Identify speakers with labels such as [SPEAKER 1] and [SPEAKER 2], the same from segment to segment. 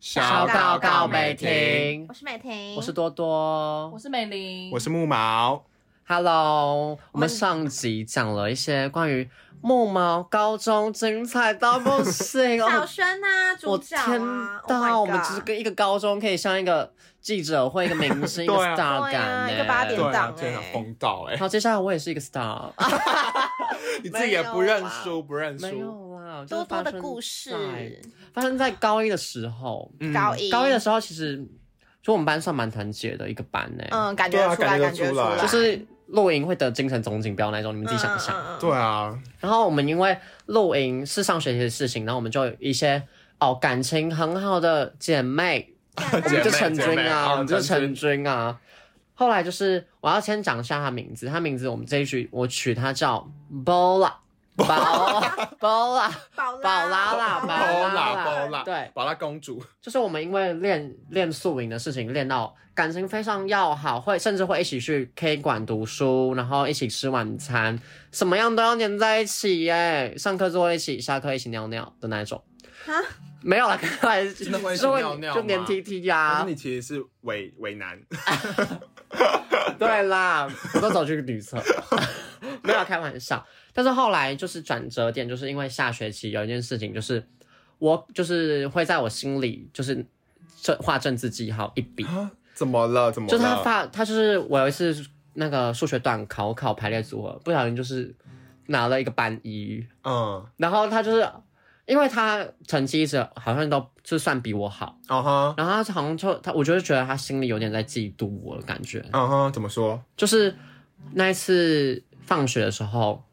[SPEAKER 1] 小
[SPEAKER 2] 岛
[SPEAKER 1] 告
[SPEAKER 2] 告
[SPEAKER 1] 美
[SPEAKER 2] 美
[SPEAKER 1] 婷
[SPEAKER 2] 婷，
[SPEAKER 3] 我是美婷，
[SPEAKER 1] 我是多多，
[SPEAKER 2] 我是美玲，
[SPEAKER 4] 我是木毛，
[SPEAKER 1] Hello，我们
[SPEAKER 3] 们
[SPEAKER 1] 上集讲了一些关于木毛高中精彩到 不行
[SPEAKER 3] 小
[SPEAKER 1] 哦，
[SPEAKER 3] 轩啊，主
[SPEAKER 1] 我
[SPEAKER 3] 角
[SPEAKER 1] 天
[SPEAKER 3] 啊，
[SPEAKER 1] 到
[SPEAKER 3] oh my
[SPEAKER 1] 我们
[SPEAKER 3] god
[SPEAKER 1] 就是跟一个高中可以像一个记者会、一个明星、一个
[SPEAKER 4] 对啊
[SPEAKER 1] star
[SPEAKER 3] 对啊
[SPEAKER 1] 感呢、
[SPEAKER 3] 一个八点啊
[SPEAKER 4] 对
[SPEAKER 3] 典当
[SPEAKER 4] 啊
[SPEAKER 3] 欸，
[SPEAKER 4] 真的疯到哎、
[SPEAKER 1] 好，接下来我也是一个 star，、
[SPEAKER 4] 你自己也不认输，不认
[SPEAKER 1] 没
[SPEAKER 4] 输，
[SPEAKER 1] 有啦，
[SPEAKER 3] 多多的故
[SPEAKER 1] 故
[SPEAKER 3] 事，
[SPEAKER 1] 发生在高一的时候，
[SPEAKER 4] 嗯
[SPEAKER 3] 高一，
[SPEAKER 1] 高一的时候其实就我们班算蛮团结的一个班呢、
[SPEAKER 3] 嗯，感觉得出
[SPEAKER 4] 对啊
[SPEAKER 3] 来，
[SPEAKER 4] 感觉
[SPEAKER 3] 感觉得
[SPEAKER 4] 得出来
[SPEAKER 1] 就
[SPEAKER 3] 来，
[SPEAKER 1] 是露营会得精神总锦标那种，你们自己想象。
[SPEAKER 3] 嗯，嗯嗯
[SPEAKER 4] 对啊，
[SPEAKER 1] 然后我们因为露营是上学期的事情，然后我们就有一些哦感情很好的姐妹，我
[SPEAKER 4] 姐
[SPEAKER 1] 们
[SPEAKER 4] 妹
[SPEAKER 1] 就成军
[SPEAKER 4] 姐妹
[SPEAKER 1] 啊，
[SPEAKER 4] 哦
[SPEAKER 1] 我们就成
[SPEAKER 4] 成
[SPEAKER 1] 军啊。后来就是我要先讲一下她名字，她名字我们这一局我取她叫 Bola。宝 Bola，
[SPEAKER 3] 宝拉，
[SPEAKER 1] 宝拉啦
[SPEAKER 3] 宝
[SPEAKER 1] 宝
[SPEAKER 4] 宝拉
[SPEAKER 1] 拉
[SPEAKER 4] 宝拉，
[SPEAKER 1] 对
[SPEAKER 4] 宝拉公主，
[SPEAKER 1] 就是我们因为练练宿营的事情，练到感情非常要好，会甚至会一起去 K 馆读书，然后一起吃晚餐，什么样都要黏在一起耶。上课坐一起，下课一起尿尿的那一种。
[SPEAKER 3] 啊，
[SPEAKER 1] 没有啦，开玩笑，
[SPEAKER 4] 真的会一起
[SPEAKER 1] 就
[SPEAKER 4] 尿尿
[SPEAKER 1] 就
[SPEAKER 4] 吗
[SPEAKER 1] 黏 T T
[SPEAKER 4] 但
[SPEAKER 1] 呀
[SPEAKER 4] 是你。其实是伪伪男，
[SPEAKER 1] 对啦，我都走去女厕， 没有开玩笑。但是后来就是转折点，就是因为下学期有一件事情，就是我就是会在我心里就是正画政治记号一笔。
[SPEAKER 4] 怎么了？怎么了？
[SPEAKER 1] 就是他发，他就是我有一次那个数学段考考排列组合，不小心就是拿了一个班一，
[SPEAKER 4] 嗯，
[SPEAKER 1] 然后他就是因为他成绩一直好像都就算比我好，
[SPEAKER 4] 嗯哼，
[SPEAKER 1] 然后他好像就他，我就是觉得他心里有点在嫉妒我的感觉，
[SPEAKER 4] 嗯哼，怎么说？
[SPEAKER 1] 就是那一次放学的时候，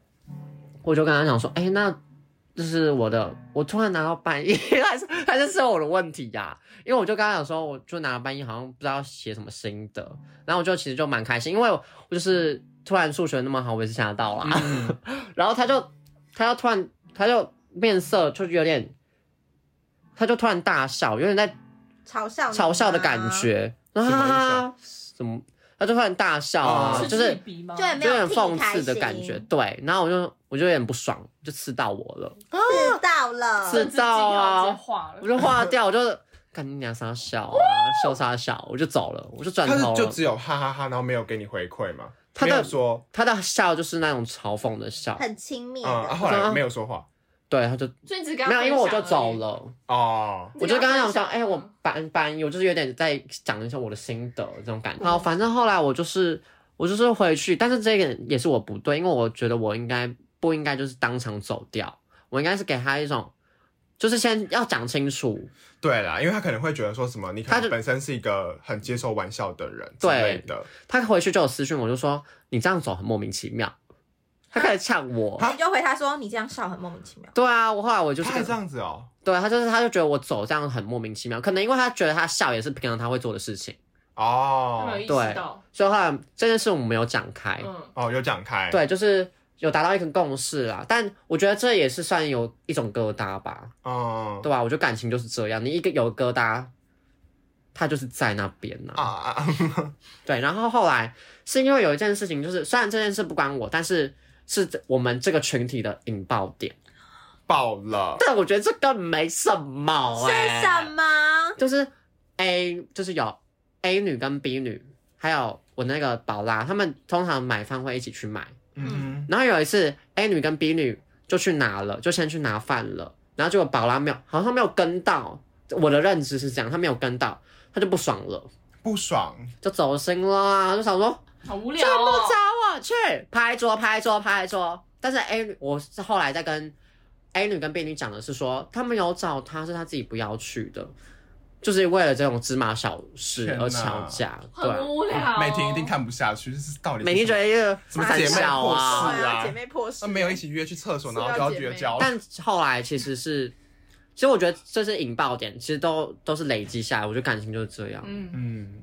[SPEAKER 1] 我就跟他讲说，哎、那。就是我的，我突然拿到班一，还是还是是我的问题呀、因为我就刚刚讲说，我就拿了班一，好像不知道写什么心得，然后我就其实就蛮开心，因为我我就是突然数学那么好，我也是吓到啦。
[SPEAKER 4] 嗯
[SPEAKER 1] 然后他就他就突然他就面色就有点，他就突然大笑，有点在
[SPEAKER 3] 嘲笑你啊
[SPEAKER 1] 嘲笑的感，觉，然后
[SPEAKER 4] 什么意思啊
[SPEAKER 1] 他什么他就突然大笑啊，
[SPEAKER 4] 哦
[SPEAKER 1] 就是是
[SPEAKER 2] 气鼻吗？
[SPEAKER 3] 对，
[SPEAKER 1] 就
[SPEAKER 3] 没
[SPEAKER 1] 有点
[SPEAKER 3] 有
[SPEAKER 1] 讽刺的感觉，对，然后我就我就有点不爽，就刺到我了，
[SPEAKER 3] 哦知道了，
[SPEAKER 1] 是
[SPEAKER 2] 甚至记号直接化
[SPEAKER 1] 啊我
[SPEAKER 2] 了，
[SPEAKER 1] 就划掉，我就看你俩傻笑啊，秀傻笑，我就走了，我就转
[SPEAKER 4] 他是
[SPEAKER 1] 头
[SPEAKER 4] 就
[SPEAKER 1] 了。
[SPEAKER 4] 只有哈哈哈，然后没有给你回馈吗？
[SPEAKER 1] 他
[SPEAKER 4] 没
[SPEAKER 1] 的
[SPEAKER 4] 有说，
[SPEAKER 1] 他的笑就是那种嘲讽的笑，
[SPEAKER 3] 很轻蔑
[SPEAKER 4] 嗯，啊
[SPEAKER 3] 的，
[SPEAKER 4] 后来没有说话
[SPEAKER 1] 对，他就
[SPEAKER 2] 所以你只跟他
[SPEAKER 1] 没有，因为我就
[SPEAKER 2] 分享而
[SPEAKER 1] 走
[SPEAKER 2] 已，
[SPEAKER 1] 了，
[SPEAKER 4] 哦，
[SPEAKER 2] 你
[SPEAKER 1] 我
[SPEAKER 2] 只
[SPEAKER 1] 就
[SPEAKER 2] 跟
[SPEAKER 1] 刚
[SPEAKER 2] 他
[SPEAKER 1] 刚
[SPEAKER 2] 分
[SPEAKER 1] 想说，
[SPEAKER 2] 享啊
[SPEAKER 1] 哎、我班班，我就是有点在讲一下我的心得这种感觉。好，反正后来我就是我就是回去，但是这个也是我不对，因为我觉得我应该不应该就是当场走掉，我应该是给他一种，就是先要讲清楚，
[SPEAKER 4] 对啦，因为他可能会觉得说什么，你可
[SPEAKER 1] 他就
[SPEAKER 4] 能本身是一个很接受玩笑的人之
[SPEAKER 1] 对
[SPEAKER 4] 类的，
[SPEAKER 1] 他回去就有私讯我，就说你这样走很莫名 其妙，他开始呛我。
[SPEAKER 3] 你就回他说你这样笑很莫名其妙，
[SPEAKER 1] 对啊，我后来我就是
[SPEAKER 4] 他还这样子哦，
[SPEAKER 1] 对他就是他就觉得我走这样很莫名其妙，可能因为他觉得他笑也是平常他会做的事情，
[SPEAKER 2] 他没有
[SPEAKER 4] 哦
[SPEAKER 2] 意识到，
[SPEAKER 1] 所以后来这件事我们没有讲开。
[SPEAKER 2] 嗯，
[SPEAKER 4] 哦，有讲开，
[SPEAKER 1] 对，就是有达到一个共识啦。但我觉得这也是算有一种疙瘩吧，
[SPEAKER 4] 嗯，
[SPEAKER 1] 对啊吧、我觉得感情就是这样，你一个有疙瘩，它就是在那边呐、
[SPEAKER 4] 啊啊啊，
[SPEAKER 1] 对，然后后来是因为有一件事情，就是虽然这件事不关我，但是是我们这个群体的引爆点。
[SPEAKER 4] 爆了，
[SPEAKER 1] 但我觉得这根本没什么、
[SPEAKER 3] 是
[SPEAKER 1] 欸，
[SPEAKER 3] 什么？
[SPEAKER 1] 就是 A，就是有 A 女跟 B 女，还有我那个宝拉，他们通常买饭会一起去买。
[SPEAKER 4] 嗯，
[SPEAKER 1] 然后有一次 A 女跟 B 女就去拿了，就先去拿饭了，然后结果宝拉没有，好像没有跟到，我的认知是这样，她没有跟到，她就不爽了，
[SPEAKER 4] 不爽，
[SPEAKER 1] 就走心啦，就想说
[SPEAKER 2] 好无
[SPEAKER 1] 这
[SPEAKER 2] 聊
[SPEAKER 1] 不
[SPEAKER 2] 哦，
[SPEAKER 1] 找我去拍桌拍桌拍桌，但是 A 女我是后来在跟 A 女跟 B 女讲的是说，他们有找她是她自己不要去的。就是为了这种芝麻小事
[SPEAKER 4] 天哪
[SPEAKER 1] 而吵架，对啊
[SPEAKER 2] 很，无聊，哦
[SPEAKER 4] 美婷一定，看不下去，这是到底是
[SPEAKER 1] 美婷觉得这个
[SPEAKER 4] 什么
[SPEAKER 1] 三
[SPEAKER 4] 姐妹
[SPEAKER 1] 小啊，
[SPEAKER 4] 破事
[SPEAKER 3] 哦
[SPEAKER 4] 啊
[SPEAKER 3] 姐妹破事
[SPEAKER 4] 啊，没有一起约去厕所，
[SPEAKER 2] 塑
[SPEAKER 4] 然
[SPEAKER 2] 料
[SPEAKER 4] 后就要
[SPEAKER 2] 姐妹
[SPEAKER 4] 绝交了，
[SPEAKER 1] 但后来其实是，其实我觉得这是引爆点，其实都都是累积下来，我觉得感情就是这样。
[SPEAKER 2] 嗯，
[SPEAKER 4] 嗯，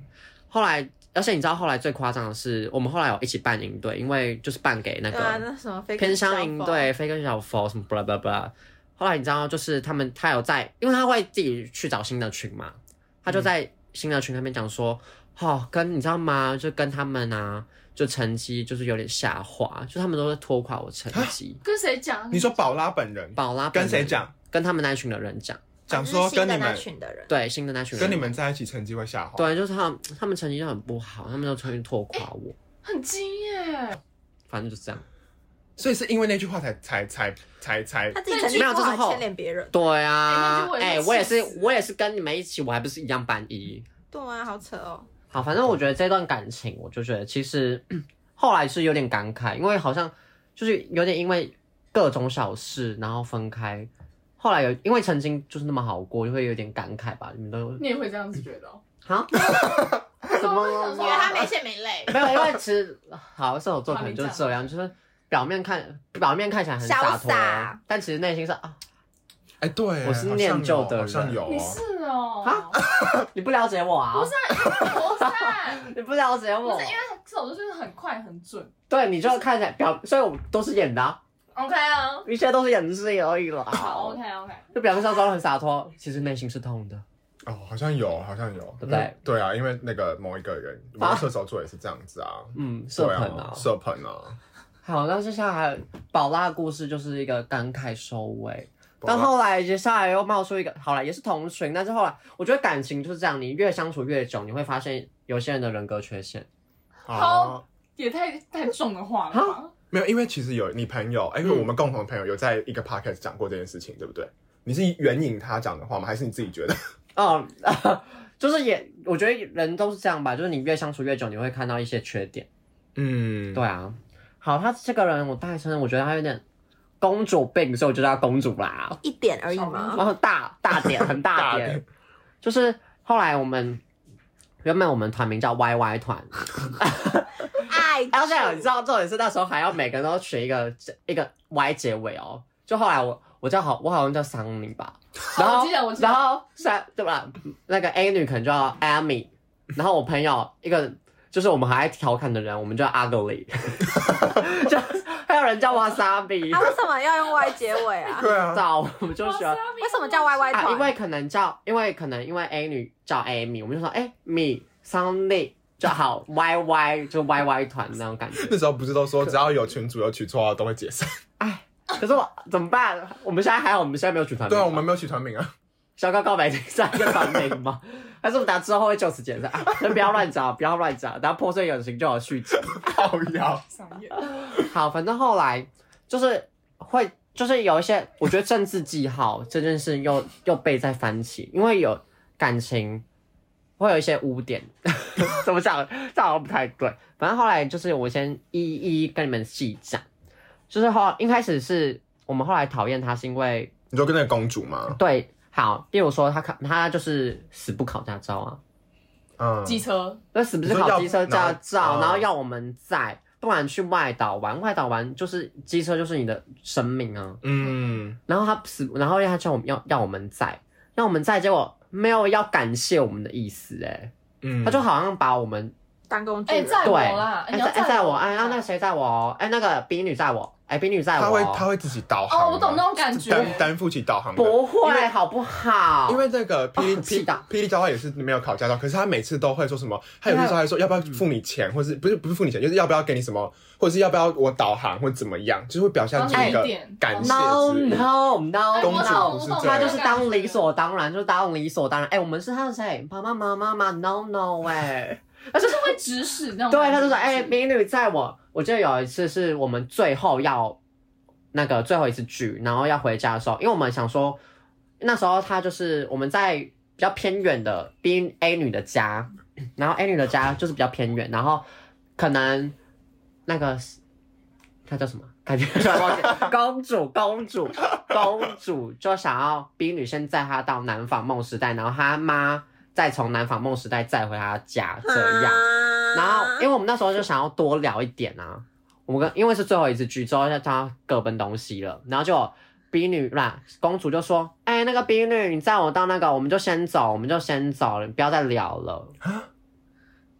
[SPEAKER 1] 后来，而且你知道后来最夸张的是，我们后来有一起办营队，因为就是办给那
[SPEAKER 3] 对啊，
[SPEAKER 1] 个
[SPEAKER 3] 那什么飞
[SPEAKER 1] 偏乡
[SPEAKER 3] 营
[SPEAKER 1] 营，队、飞跟小佛什么 blah blah blah。后来你知道，就是他们他有在，因为他会自己去找新的群嘛，他就在新的群那边讲说，哦，跟你知道吗？就跟他们啊，就成绩就是有点下滑，就他们都在拖垮我成绩。
[SPEAKER 2] 跟谁讲？
[SPEAKER 4] 你说宝拉本人
[SPEAKER 1] 宝拉
[SPEAKER 4] 跟
[SPEAKER 1] 本人
[SPEAKER 4] 谁讲？
[SPEAKER 1] 跟他们那一群的人讲，
[SPEAKER 4] 讲说跟你
[SPEAKER 3] 还是新的那
[SPEAKER 4] 们
[SPEAKER 3] 群的人，
[SPEAKER 1] 对新的那群人，
[SPEAKER 4] 跟你们在一起成绩会下滑，，
[SPEAKER 1] 对，就是他们他们成绩就很不好，他们就成去拖垮我，
[SPEAKER 2] 很惊耶，
[SPEAKER 1] 反正就是这样。
[SPEAKER 4] 所以是因为那句话才才才才才
[SPEAKER 3] 他自己成绩
[SPEAKER 1] 没有
[SPEAKER 3] 不
[SPEAKER 1] 这是
[SPEAKER 3] 好
[SPEAKER 1] 后
[SPEAKER 3] 还牵连别人，
[SPEAKER 1] 对
[SPEAKER 2] 哎那
[SPEAKER 1] 啊
[SPEAKER 2] 就，我也
[SPEAKER 1] 哎、
[SPEAKER 2] 是
[SPEAKER 1] 我也是
[SPEAKER 2] 气死
[SPEAKER 1] 我也是跟你们一起，我还不是一样班一。
[SPEAKER 3] 对啊，好扯哦。
[SPEAKER 1] 好，反正我觉得这段感情，我就觉得其实后来是有点感慨，因为好像就是有点因为各种小事然后分开。后来有因为曾经就是那么好过，就会有点感慨吧。你们都
[SPEAKER 2] 你也会这样子 觉得哦？
[SPEAKER 1] 啊？怎么了
[SPEAKER 2] 因
[SPEAKER 3] 因
[SPEAKER 2] 为
[SPEAKER 3] 为
[SPEAKER 2] 他
[SPEAKER 3] 他
[SPEAKER 2] 没
[SPEAKER 3] 没血没泪，
[SPEAKER 1] 没有，因为其实 好射手座可能就是这样，就是表面看表面看起来很洒
[SPEAKER 3] 潇
[SPEAKER 1] 脱
[SPEAKER 3] 洒，
[SPEAKER 1] 但其实内心是啊，
[SPEAKER 4] 哎、对，
[SPEAKER 1] 我是念旧的人
[SPEAKER 4] 好像有
[SPEAKER 2] 你
[SPEAKER 4] 哦，
[SPEAKER 2] 是哦？
[SPEAKER 1] 啊你不了解我啊
[SPEAKER 2] 不，是啊， 不是，
[SPEAKER 1] 你不了解
[SPEAKER 2] 不
[SPEAKER 1] 我
[SPEAKER 2] 是，，因为这种就是很快很准。
[SPEAKER 1] 对，你就看起来表，所以我都是演的啊，
[SPEAKER 2] OK 啊，
[SPEAKER 1] 一切都是演戏而已啦。
[SPEAKER 2] 好 OK OK，
[SPEAKER 1] 就表面上装得很洒脱，其实内心是痛的。
[SPEAKER 4] 哦，好像有，好像有，
[SPEAKER 1] 对
[SPEAKER 4] 因
[SPEAKER 1] 不对
[SPEAKER 4] 为对啊，因为那个某一个人，
[SPEAKER 1] 啊
[SPEAKER 4] 某个射手座也是这样子啊，
[SPEAKER 1] 嗯，
[SPEAKER 4] 对
[SPEAKER 1] 射盆啊
[SPEAKER 4] 啊，。射盆啊，
[SPEAKER 1] 好，那接下来还有宝拉的故事就是一个感慨收尾。
[SPEAKER 4] 宝拉
[SPEAKER 1] 但后来接下来又冒出一个，好了，也是同群，但是后来我觉得感情就是这样，你越相处越久，你会发现有些人的人格缺陷。
[SPEAKER 4] 啊，
[SPEAKER 2] 也太太重的话了
[SPEAKER 1] 啊
[SPEAKER 2] 吧？
[SPEAKER 4] 没有，因为其实有你朋友，哎、因为我们共同的朋友有在一个 podcast 讲过这件事情，对不对？你是援引他讲的话吗？还是你自己觉得？
[SPEAKER 1] 哦， 就是也，我觉得人都是这样吧，就是你越相处越久，你会看到一些缺点。
[SPEAKER 4] 嗯，
[SPEAKER 1] 对啊，好，他这个人我大声，我觉得他有点公主病，所以我就叫他公主啦。
[SPEAKER 3] 一点而已
[SPEAKER 2] 小
[SPEAKER 3] 嘛
[SPEAKER 1] 然。后大大点，很大
[SPEAKER 4] 大
[SPEAKER 1] 点
[SPEAKER 4] 点，
[SPEAKER 1] 就是后来我们原本我们团名叫 YY 团，哎
[SPEAKER 3] 爱
[SPEAKER 1] 而且你知
[SPEAKER 3] 道，
[SPEAKER 1] 道重点是那时候还要每个人都取一个一个 Y 结尾哦。就后来我我叫好，我好像叫桑尼 吧，然
[SPEAKER 2] 我
[SPEAKER 1] 后
[SPEAKER 2] 记得我记得
[SPEAKER 1] 然后三对吧？那个 A 女可能叫 Amy，然后我朋友一个就是我们还爱调侃的人，我们叫 Ugly，就还有人叫 Wasabi，
[SPEAKER 2] 啊
[SPEAKER 3] 他为什么要用 Y 结尾 啊？
[SPEAKER 4] 对啊，
[SPEAKER 1] 照我们就喜欢。
[SPEAKER 3] 为什么叫 Y Y
[SPEAKER 1] 啊，
[SPEAKER 3] 团？
[SPEAKER 1] 因为可能叫，因为可能因为 A 女叫 Amy，我们就说哎米 Sunday 就好 Y Y 就 Y Y 团那种感觉。
[SPEAKER 4] 那时候不是都说只要有群主有取绰号都会解散？
[SPEAKER 1] 哎，可是我怎么办？我们现在还好，我们现在没有组团
[SPEAKER 4] 对
[SPEAKER 1] 名
[SPEAKER 4] 啊，
[SPEAKER 1] 吧
[SPEAKER 4] 我们没有取团名啊。
[SPEAKER 1] 小高告白算一个团名吗？还是我们打之后会就此解散？啊人不要乱找，不要乱找，然后破碎友情就有续集。
[SPEAKER 4] 靠腰，
[SPEAKER 2] 商业
[SPEAKER 1] 好，反正后来就是会，就是有一些，我觉得政治记号这件事又又被再翻起，因为有感情会有一些污点， 怎么讲？这好像不太对。反正后来就是我先一一跟你们细讲，就是后一开始是我们后来讨厌他是因为
[SPEAKER 4] 你就跟那个公主吗？
[SPEAKER 1] 对，好，例如说他考他就是死不考驾照啊，
[SPEAKER 4] 嗯，
[SPEAKER 2] 机车
[SPEAKER 1] 那死不是
[SPEAKER 4] 你说要
[SPEAKER 1] 考机车驾
[SPEAKER 4] 然
[SPEAKER 1] 照，
[SPEAKER 4] 后
[SPEAKER 1] 然后
[SPEAKER 4] 嗯
[SPEAKER 1] 要我们在，不然去外岛玩，外岛玩就是机车就是你的生命啊。
[SPEAKER 4] 嗯，
[SPEAKER 1] 然后他死，然后他叫我们要要我们在，要我们在，结果没有要感谢我们的意思、哎、
[SPEAKER 4] 嗯
[SPEAKER 1] 他就好像把我们
[SPEAKER 3] 当工具
[SPEAKER 2] 哎，
[SPEAKER 3] 人。
[SPEAKER 2] 载
[SPEAKER 1] 对，
[SPEAKER 2] 我啦！
[SPEAKER 1] 哎
[SPEAKER 2] 哎你要
[SPEAKER 1] 在哎在我，哎啊
[SPEAKER 2] 啊
[SPEAKER 1] 那谁在我，哎那个 B 女在我，哎 B 女在我，
[SPEAKER 4] 他会他会自己导航吗，
[SPEAKER 2] 哦，我懂那种感觉，
[SPEAKER 4] 担担负起导航的。
[SPEAKER 1] 不
[SPEAKER 4] 因
[SPEAKER 1] 会
[SPEAKER 4] 为
[SPEAKER 1] 好不好？
[SPEAKER 4] 因为那个霹雳
[SPEAKER 1] 哦气
[SPEAKER 4] 霹
[SPEAKER 1] 到
[SPEAKER 4] 霹雳交换也是没有考驾照，可是他每次都会说什么，他有些时候还说要不要付你钱，或是不是不是付你钱，就是要不要给你什么，或者是要不要我导航或怎么样，就是会表现出一
[SPEAKER 2] 帮
[SPEAKER 4] 个
[SPEAKER 2] 你一点
[SPEAKER 4] 感谢
[SPEAKER 1] No
[SPEAKER 4] 之
[SPEAKER 2] 哎
[SPEAKER 1] no no
[SPEAKER 4] 公主
[SPEAKER 1] no，
[SPEAKER 4] 不是这
[SPEAKER 1] 他
[SPEAKER 4] 样
[SPEAKER 1] 就是当理所当然，就是当理所当然。哎、我们是他的谁？妈妈妈妈妈，no no 哎、
[SPEAKER 2] 他就是会指使那种。
[SPEAKER 1] 对，他就说，哎、美女在我，我记得有一次是我们最后要那个最后一次聚，然后要回家的时候，因为我们想说，那时候他就是我们在比较偏远的 B A 女的家，然后 A 女的家就是比较偏远，然后可能那个她叫什么？感觉突然忘记了，公主，公主，公主就想要 B 女先载她到南纺梦时代，然后她妈再从南纺梦时代载回她家，这样。
[SPEAKER 3] 啊
[SPEAKER 1] 然后因为我们那时候就想要多聊一点啊，我们跟因为是最后一次聚，之后要他各奔东西了，然后就 B 女啦，公主就说：“哎、那个 B 女，你载我到那个，我们就先走，我们就先走了，你不要再聊了。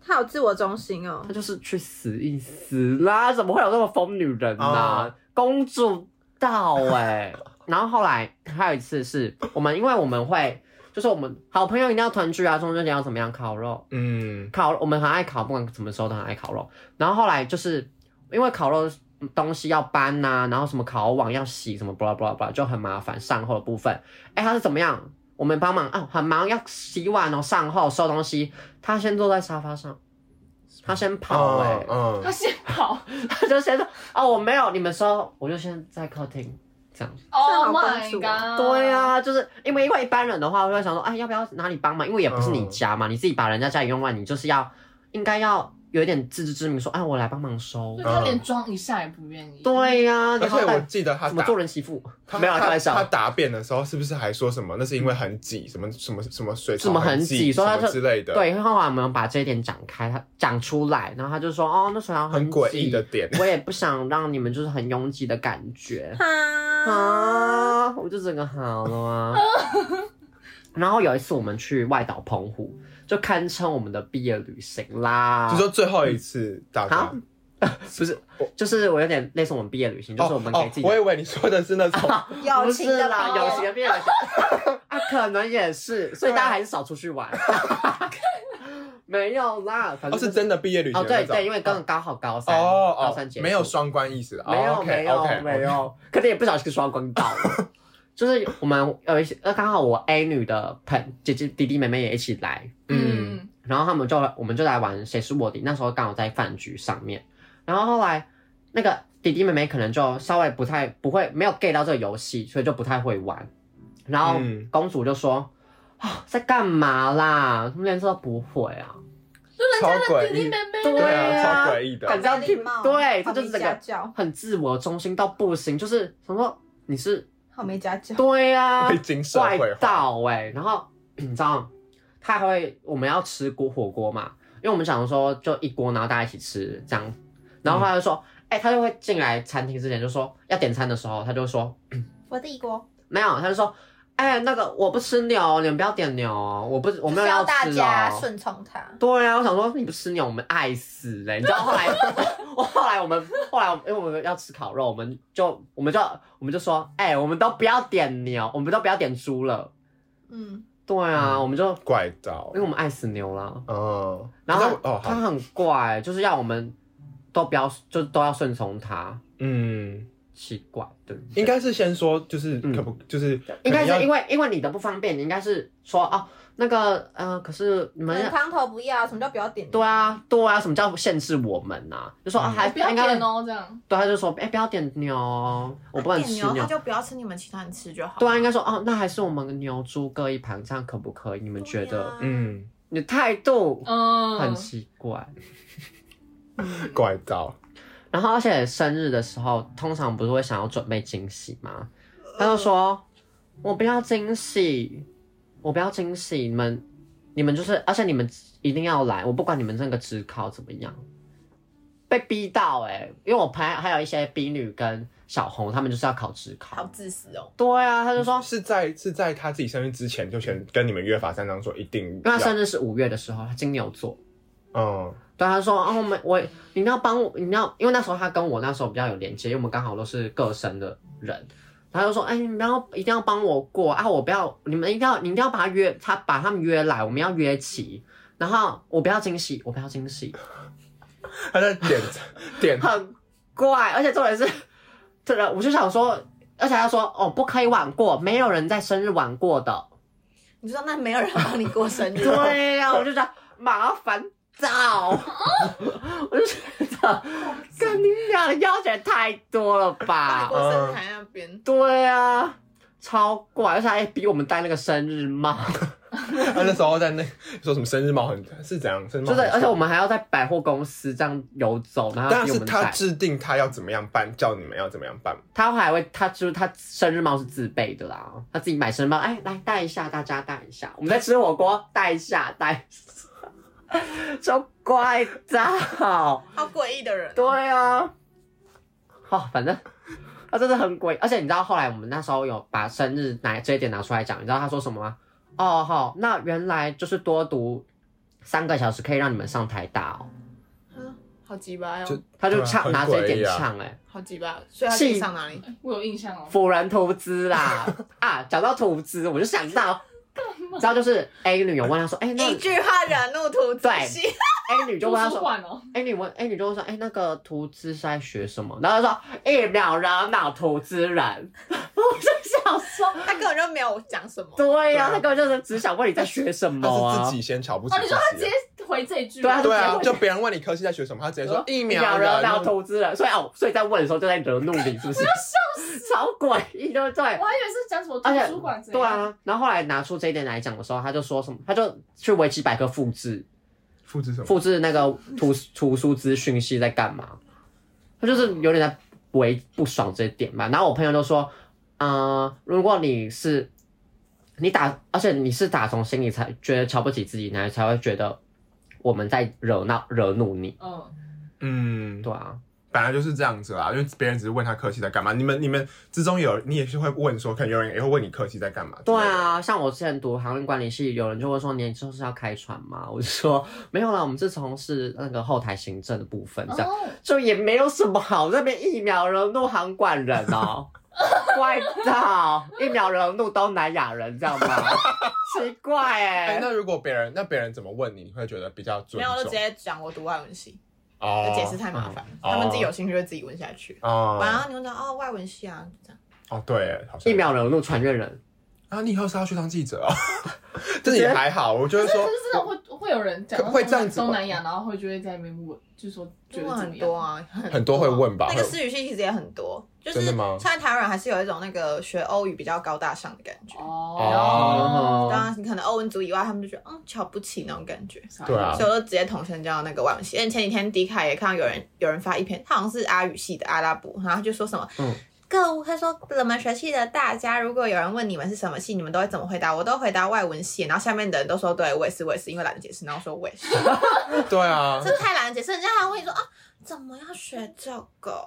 [SPEAKER 3] 他好自我中心”哦
[SPEAKER 1] 她，就是去死一死啦，怎么会有这么疯女人呢、
[SPEAKER 4] 哦
[SPEAKER 1] 公主到哎、然后后来还有一次是我们，因为我们会就是我们好朋友一定要团聚啊，中秋节要怎么样烤肉，
[SPEAKER 4] 嗯，
[SPEAKER 1] 烤，我们很爱烤，不管什么时候都很爱烤肉。然后后来就是因为烤肉东西要搬呐、然后什么烤网要洗什么，巴拉巴拉巴拉，就很麻烦。善后的部分，哎，他是怎么样？我们帮忙啊，很忙，要洗碗哦，善后收东西，他先坐在沙发上，他先跑哎、欸，
[SPEAKER 4] 嗯
[SPEAKER 2] 他 先跑。
[SPEAKER 1] 他就先说哦，我没有，你们收，我就先在客厅这样。
[SPEAKER 2] Oh
[SPEAKER 3] 好公
[SPEAKER 2] my
[SPEAKER 3] 主
[SPEAKER 2] god！
[SPEAKER 1] 对，啊，就是因为因为一般人的话，我就会想说，哎，要不要哪里帮忙？因为也不是你家嘛，你自己把人家家里用完，你就是要应该要有一点自知之明，说，哎，我来帮忙收
[SPEAKER 2] 就。他连装一下也不愿意。
[SPEAKER 1] 对呀、啊，
[SPEAKER 4] 而
[SPEAKER 1] 然后
[SPEAKER 4] 且我
[SPEAKER 1] 怎
[SPEAKER 4] 记得他
[SPEAKER 1] 么
[SPEAKER 4] 打
[SPEAKER 1] 做人媳妇？
[SPEAKER 4] 他
[SPEAKER 1] 没有啊开
[SPEAKER 4] 他他
[SPEAKER 1] 玩笑，
[SPEAKER 4] 答辩的时候，是不是还说什么？那是因为很挤，什么什么什么水
[SPEAKER 1] 什
[SPEAKER 4] 槽
[SPEAKER 1] 么很
[SPEAKER 4] 挤，
[SPEAKER 1] 挤
[SPEAKER 4] 什
[SPEAKER 1] 说他
[SPEAKER 4] 么
[SPEAKER 1] 是
[SPEAKER 4] 之类的，
[SPEAKER 1] 对，后来我们把这一点讲开，他讲出来，然后他就说，哦，那时候
[SPEAKER 4] 很诡异
[SPEAKER 1] 挤
[SPEAKER 4] 的，点。
[SPEAKER 1] 我也不想让你们就是很拥挤的感觉。
[SPEAKER 3] 哈，
[SPEAKER 1] 啊，我就整个好了 啊。然后有一次我们去外岛澎湖，就堪称我们的毕业旅行啦。
[SPEAKER 4] 就说最后一次大家
[SPEAKER 1] 好不是，就是我有点类似我们毕业旅行，就是我们给
[SPEAKER 4] 哦
[SPEAKER 1] 自己
[SPEAKER 4] 哦，我以为你说的是那 种
[SPEAKER 1] 不
[SPEAKER 3] 友情
[SPEAKER 1] 是
[SPEAKER 3] 的
[SPEAKER 1] 啦，
[SPEAKER 3] 朋友
[SPEAKER 1] 友情的毕业旅行 啊，可能也是，所以大家还是少出去 玩。没有啦，
[SPEAKER 4] 哦
[SPEAKER 1] 反正就是
[SPEAKER 4] 真的毕业旅行
[SPEAKER 1] 哦，
[SPEAKER 4] 的那
[SPEAKER 1] 对
[SPEAKER 4] 种
[SPEAKER 1] 对，因为刚刚刚好高
[SPEAKER 4] 哦
[SPEAKER 1] 三，高
[SPEAKER 4] 哦
[SPEAKER 1] 三结束
[SPEAKER 4] 没有双关意思，
[SPEAKER 1] 没有、
[SPEAKER 4] 哦
[SPEAKER 1] 没有、
[SPEAKER 4] ，OK，OK，
[SPEAKER 1] 没有，可能也不小心双关 到了。就是我们有一些，呃，刚好我 A 女的朋姐姐弟弟妹妹也一起来，嗯，
[SPEAKER 2] 嗯，
[SPEAKER 1] 然后他们就我们就来玩谁是卧底，那时候刚好在饭局上面，然后后来那个弟弟妹妹可能就稍微不太不会没有 get 到这个游戏，所以就不太会玩，然后
[SPEAKER 4] 嗯
[SPEAKER 1] 公主就说。啊、在干嘛啦？他们连这都不会啊！
[SPEAKER 4] 超诡
[SPEAKER 2] 弟哎弟
[SPEAKER 4] 异，
[SPEAKER 2] 妹妹，
[SPEAKER 1] 对
[SPEAKER 4] 对
[SPEAKER 1] 啊
[SPEAKER 4] 啊，超诡异
[SPEAKER 1] 感
[SPEAKER 4] 的，
[SPEAKER 1] 觉要听
[SPEAKER 3] 礼貌，
[SPEAKER 1] 对
[SPEAKER 3] 好
[SPEAKER 1] 这就
[SPEAKER 3] 没
[SPEAKER 1] 是这个
[SPEAKER 3] 家教，
[SPEAKER 1] 很自我中心到不行，就是什么你是
[SPEAKER 3] 好没家教，
[SPEAKER 1] 对啊 呀、
[SPEAKER 4] 被经社
[SPEAKER 1] 怪
[SPEAKER 4] 会化，
[SPEAKER 1] 到哎、然后你知道，他还会我们要吃锅火锅嘛，因为我们想说就一锅，然后大家一起吃这样，然后他就
[SPEAKER 4] 嗯
[SPEAKER 1] 说，哎、他就会进来餐厅之前就说要点餐的时候，他就会说
[SPEAKER 3] 我的一锅，
[SPEAKER 1] 没有，他就说，哎、那个我不吃牛，你们不要点牛哦，我不我没有
[SPEAKER 3] 就是
[SPEAKER 1] 吃哦。
[SPEAKER 3] 从他，
[SPEAKER 1] 对啊，我想说你不吃牛，我们爱死嘞、你知道 后来我后来我们后来我们因为我们要吃烤肉，我们就我们就我们就说，哎、我们都不要点牛，我们都不要点猪了。
[SPEAKER 3] 嗯，
[SPEAKER 1] 对啊，
[SPEAKER 4] 嗯
[SPEAKER 1] 我们就因
[SPEAKER 4] 怪到
[SPEAKER 1] 为，我们爱死牛啦，
[SPEAKER 4] 嗯，
[SPEAKER 1] 然
[SPEAKER 4] 可
[SPEAKER 1] 后
[SPEAKER 4] 是我哦
[SPEAKER 1] 他
[SPEAKER 4] 好，
[SPEAKER 1] 很怪，就是要我们都不要，就都要顺从他，
[SPEAKER 4] 嗯，
[SPEAKER 1] 奇怪，对不对
[SPEAKER 4] 应该是先说就是
[SPEAKER 1] 嗯
[SPEAKER 4] 可不就是
[SPEAKER 1] 应该
[SPEAKER 4] 可能
[SPEAKER 1] 是
[SPEAKER 4] 要
[SPEAKER 1] 因为因为你的不方便，你应该是说哦，那个呃，可是你们
[SPEAKER 3] 嗯汤头不要，什么叫不要点？
[SPEAKER 1] 对啊对啊，什么叫限制我们呐、就说啊，
[SPEAKER 4] 嗯
[SPEAKER 1] 还
[SPEAKER 2] 不要
[SPEAKER 1] 应该
[SPEAKER 2] 点哦，这样。
[SPEAKER 1] 对，他就说哎、不要点牛，我不能吃
[SPEAKER 5] 点牛，
[SPEAKER 1] 牛
[SPEAKER 5] 他。就不要吃你们其他人吃就好。
[SPEAKER 1] 对啊，应该说哦，那还是我们牛猪各一盘，这样可不可以？你们觉得？
[SPEAKER 4] 嗯
[SPEAKER 1] 你的态度
[SPEAKER 2] 啊嗯，
[SPEAKER 1] 很奇怪。
[SPEAKER 4] 怪到，
[SPEAKER 1] 然后而且生日的时候，通常不是会想要准备惊喜吗？他就说：“我不要惊喜，我不要惊喜，你们你们就是，而且你们一定要来，我不管你们那个职考怎么样。”被逼到哎、因为我朋友还有一些逼女跟小红，他们就是要考职
[SPEAKER 5] 好
[SPEAKER 1] 考。
[SPEAKER 5] 自私哦。
[SPEAKER 1] 对啊，他就说，
[SPEAKER 4] 是在是在他自己生日之前就先跟你们约法三章，说一定
[SPEAKER 1] 因为他
[SPEAKER 4] 要，
[SPEAKER 1] 生日是五月的时候，他金牛座。
[SPEAKER 4] 嗯
[SPEAKER 1] 对，他说啊，我们我你要帮我，你要因为那时候他跟我那时候比较有连接，因为我们刚好都是各生的人，他就说，哎、你们要一定要帮我过啊，我不要，你们一定要你一定要把他约他把他们约来，我们要约齐，然后我不要惊喜，我不要惊喜，
[SPEAKER 4] 他在 点点
[SPEAKER 1] 很怪，而且重点是，这个我就想说，而且他说哦，不可以晚过，没有人在生日晚过的，
[SPEAKER 5] 你知道那没有人帮你过生日，
[SPEAKER 1] 对啊呀、我就觉得麻烦到，我就觉得。跟你俩的要求也太多了
[SPEAKER 2] 啊
[SPEAKER 5] 帮你
[SPEAKER 1] 吧？
[SPEAKER 5] 过生日还那
[SPEAKER 2] 嗯
[SPEAKER 5] 边。
[SPEAKER 1] 对啊，超怪，而且还逼我们戴那个生日帽，
[SPEAKER 4] 他那时候在那说什么生日帽很是怎样，生日帽
[SPEAKER 1] 就
[SPEAKER 4] 很
[SPEAKER 1] 是而且我
[SPEAKER 4] 爽
[SPEAKER 1] 们还要在百货公司这样游走，然后
[SPEAKER 4] 哦但
[SPEAKER 1] 逼我
[SPEAKER 4] 是
[SPEAKER 1] 们
[SPEAKER 4] 他
[SPEAKER 1] 戴。
[SPEAKER 4] 制定他要怎么样办，叫你们要怎么样办，
[SPEAKER 1] 他还会，他就是他生日帽是自备的啦，他自己买生日帽，哎，来戴一下，大家戴一下，我们在吃火锅，戴一下， 戴一下，超怪的。
[SPEAKER 5] 好诡异的人、
[SPEAKER 1] 对，啊，好、哦反正他真的很鬼，而且你知道后来我们那时候有把生日拿这一点拿出来讲，你知道他说什么吗？哦，好，那原来就是多读三个小时可以让你们上台大哦，
[SPEAKER 5] 好鸡巴
[SPEAKER 4] 就
[SPEAKER 5] 哦，
[SPEAKER 1] 他就
[SPEAKER 4] 对啊
[SPEAKER 1] 呛、
[SPEAKER 4] 很
[SPEAKER 1] 拿这一
[SPEAKER 4] 诡异
[SPEAKER 1] 点
[SPEAKER 4] 啊
[SPEAKER 1] 呛哎、欸，
[SPEAKER 5] 好鸡巴。所以他自
[SPEAKER 1] 气
[SPEAKER 5] 己上哪里？
[SPEAKER 2] 我有印象哦。
[SPEAKER 1] 辅人图 资啦啊，讲到图资，我就想到，你知道就是 A 女有问他说，哎、那
[SPEAKER 5] 一句话惹怒图自
[SPEAKER 1] 对
[SPEAKER 5] 信。
[SPEAKER 1] A 女就问他
[SPEAKER 2] 图书
[SPEAKER 1] 说。
[SPEAKER 2] 馆哦，
[SPEAKER 1] 哎、你问，哎、你就会说，哎、哎那个图资是在学什么？然后他说，一秒惹恼图资人。然后 我就想说，
[SPEAKER 5] 他根本就没有讲什么，
[SPEAKER 1] 对呀、
[SPEAKER 4] 对啊
[SPEAKER 1] 他根本就是只想问你在学什么
[SPEAKER 4] 他
[SPEAKER 1] 啊。
[SPEAKER 4] 是自己先瞧不起
[SPEAKER 2] 哦，你说他
[SPEAKER 4] 自
[SPEAKER 2] 直
[SPEAKER 4] 己。
[SPEAKER 2] 接回这一句
[SPEAKER 1] 对啊
[SPEAKER 2] 吗，
[SPEAKER 4] 对啊，
[SPEAKER 1] 他
[SPEAKER 4] 就别人问你科系在学什么，他直接说疫苗
[SPEAKER 1] 秒
[SPEAKER 4] 人
[SPEAKER 1] 人，到投资人，所以哦，所以在问的时候就在惹怒你，是不是？超诡异，对不对
[SPEAKER 4] 啊
[SPEAKER 2] 我？还以为是讲什么
[SPEAKER 1] 而且
[SPEAKER 2] 图书馆之类的
[SPEAKER 1] 对，啊，然后后来拿出这一点来讲的时候，他就说什么，他就去维基百科复制
[SPEAKER 4] 复制什么？
[SPEAKER 1] 复制那个图图书资讯系在干嘛，他就是有点在为不爽这一点嘛。然后我朋友就说，呃，如果你是你打，而且你是打从心里才觉得瞧不起自己，然后才会觉得我们在惹闹惹怒你，
[SPEAKER 2] 嗯，
[SPEAKER 4] 嗯，
[SPEAKER 1] 对啊，
[SPEAKER 4] 本来就是这样子啊啦，因为别人只是问他科系在干嘛，你们你们之中有你也是会问说，可能有人也会问你科系在干嘛。
[SPEAKER 1] 对，啊，像我之前读航运管理系，有人就会说你就是要开船嘛，我就说没有啦，我们自从是那个后台行政的部分这样。
[SPEAKER 4] 啊
[SPEAKER 2] 哦，
[SPEAKER 1] 就也没有什么好那边疫苗人怒韩管人哦，怪到疫苗人怒东南亚人，这样吗？奇怪哎、
[SPEAKER 4] 哎、那如果别人那别人怎么问你，你会觉得比较尊
[SPEAKER 5] 没有就直
[SPEAKER 4] 重？
[SPEAKER 5] 接讲我读外文系，
[SPEAKER 4] 哦
[SPEAKER 5] 就解释太麻烦，
[SPEAKER 4] 哦
[SPEAKER 5] 他们自己有兴趣就自己问下去。然
[SPEAKER 4] 哦
[SPEAKER 5] 后你们讲哦外文系啊，就这样
[SPEAKER 4] 哦，对，好像
[SPEAKER 1] 疫苗人怒传阅人，
[SPEAKER 4] 啊，你以后是要去当记者啊、哦？这也还好，我就
[SPEAKER 2] 可
[SPEAKER 4] 是
[SPEAKER 2] 是
[SPEAKER 4] 说
[SPEAKER 2] 可是真的会会有人讲到
[SPEAKER 4] 会这样子
[SPEAKER 2] 东南亚，然后会就会在那边问，就说觉
[SPEAKER 5] 问
[SPEAKER 2] 得怎么
[SPEAKER 5] 很
[SPEAKER 2] 样
[SPEAKER 5] 多，啊，很
[SPEAKER 4] 很多会问吧
[SPEAKER 5] 那个私语系其实也很多，就是
[SPEAKER 4] 真的吗
[SPEAKER 5] 现在台湾人还是有一种那个学欧语比较高大上的感觉。
[SPEAKER 1] 哦
[SPEAKER 2] 哦，
[SPEAKER 5] 当然，你可能欧文族以外，他们就觉得嗯瞧不起那种感觉，
[SPEAKER 2] 啥
[SPEAKER 4] 对啊
[SPEAKER 5] 所以我就直接统称叫那个外文系。因为前几天迪卡也看到有人有人发一篇，他好像是阿语系的阿拉伯，然后他就说什么
[SPEAKER 1] 嗯
[SPEAKER 5] 各位，他说冷门学系的大家，如果有人问你们是什么系，你们都会怎么回答？我都回答外文系，然后下面的人都说对我也是，我也是，因为懒得解释，然后说我也是，
[SPEAKER 4] 对啊，
[SPEAKER 5] 这太难解释，人家还问你说啊怎么要学这个？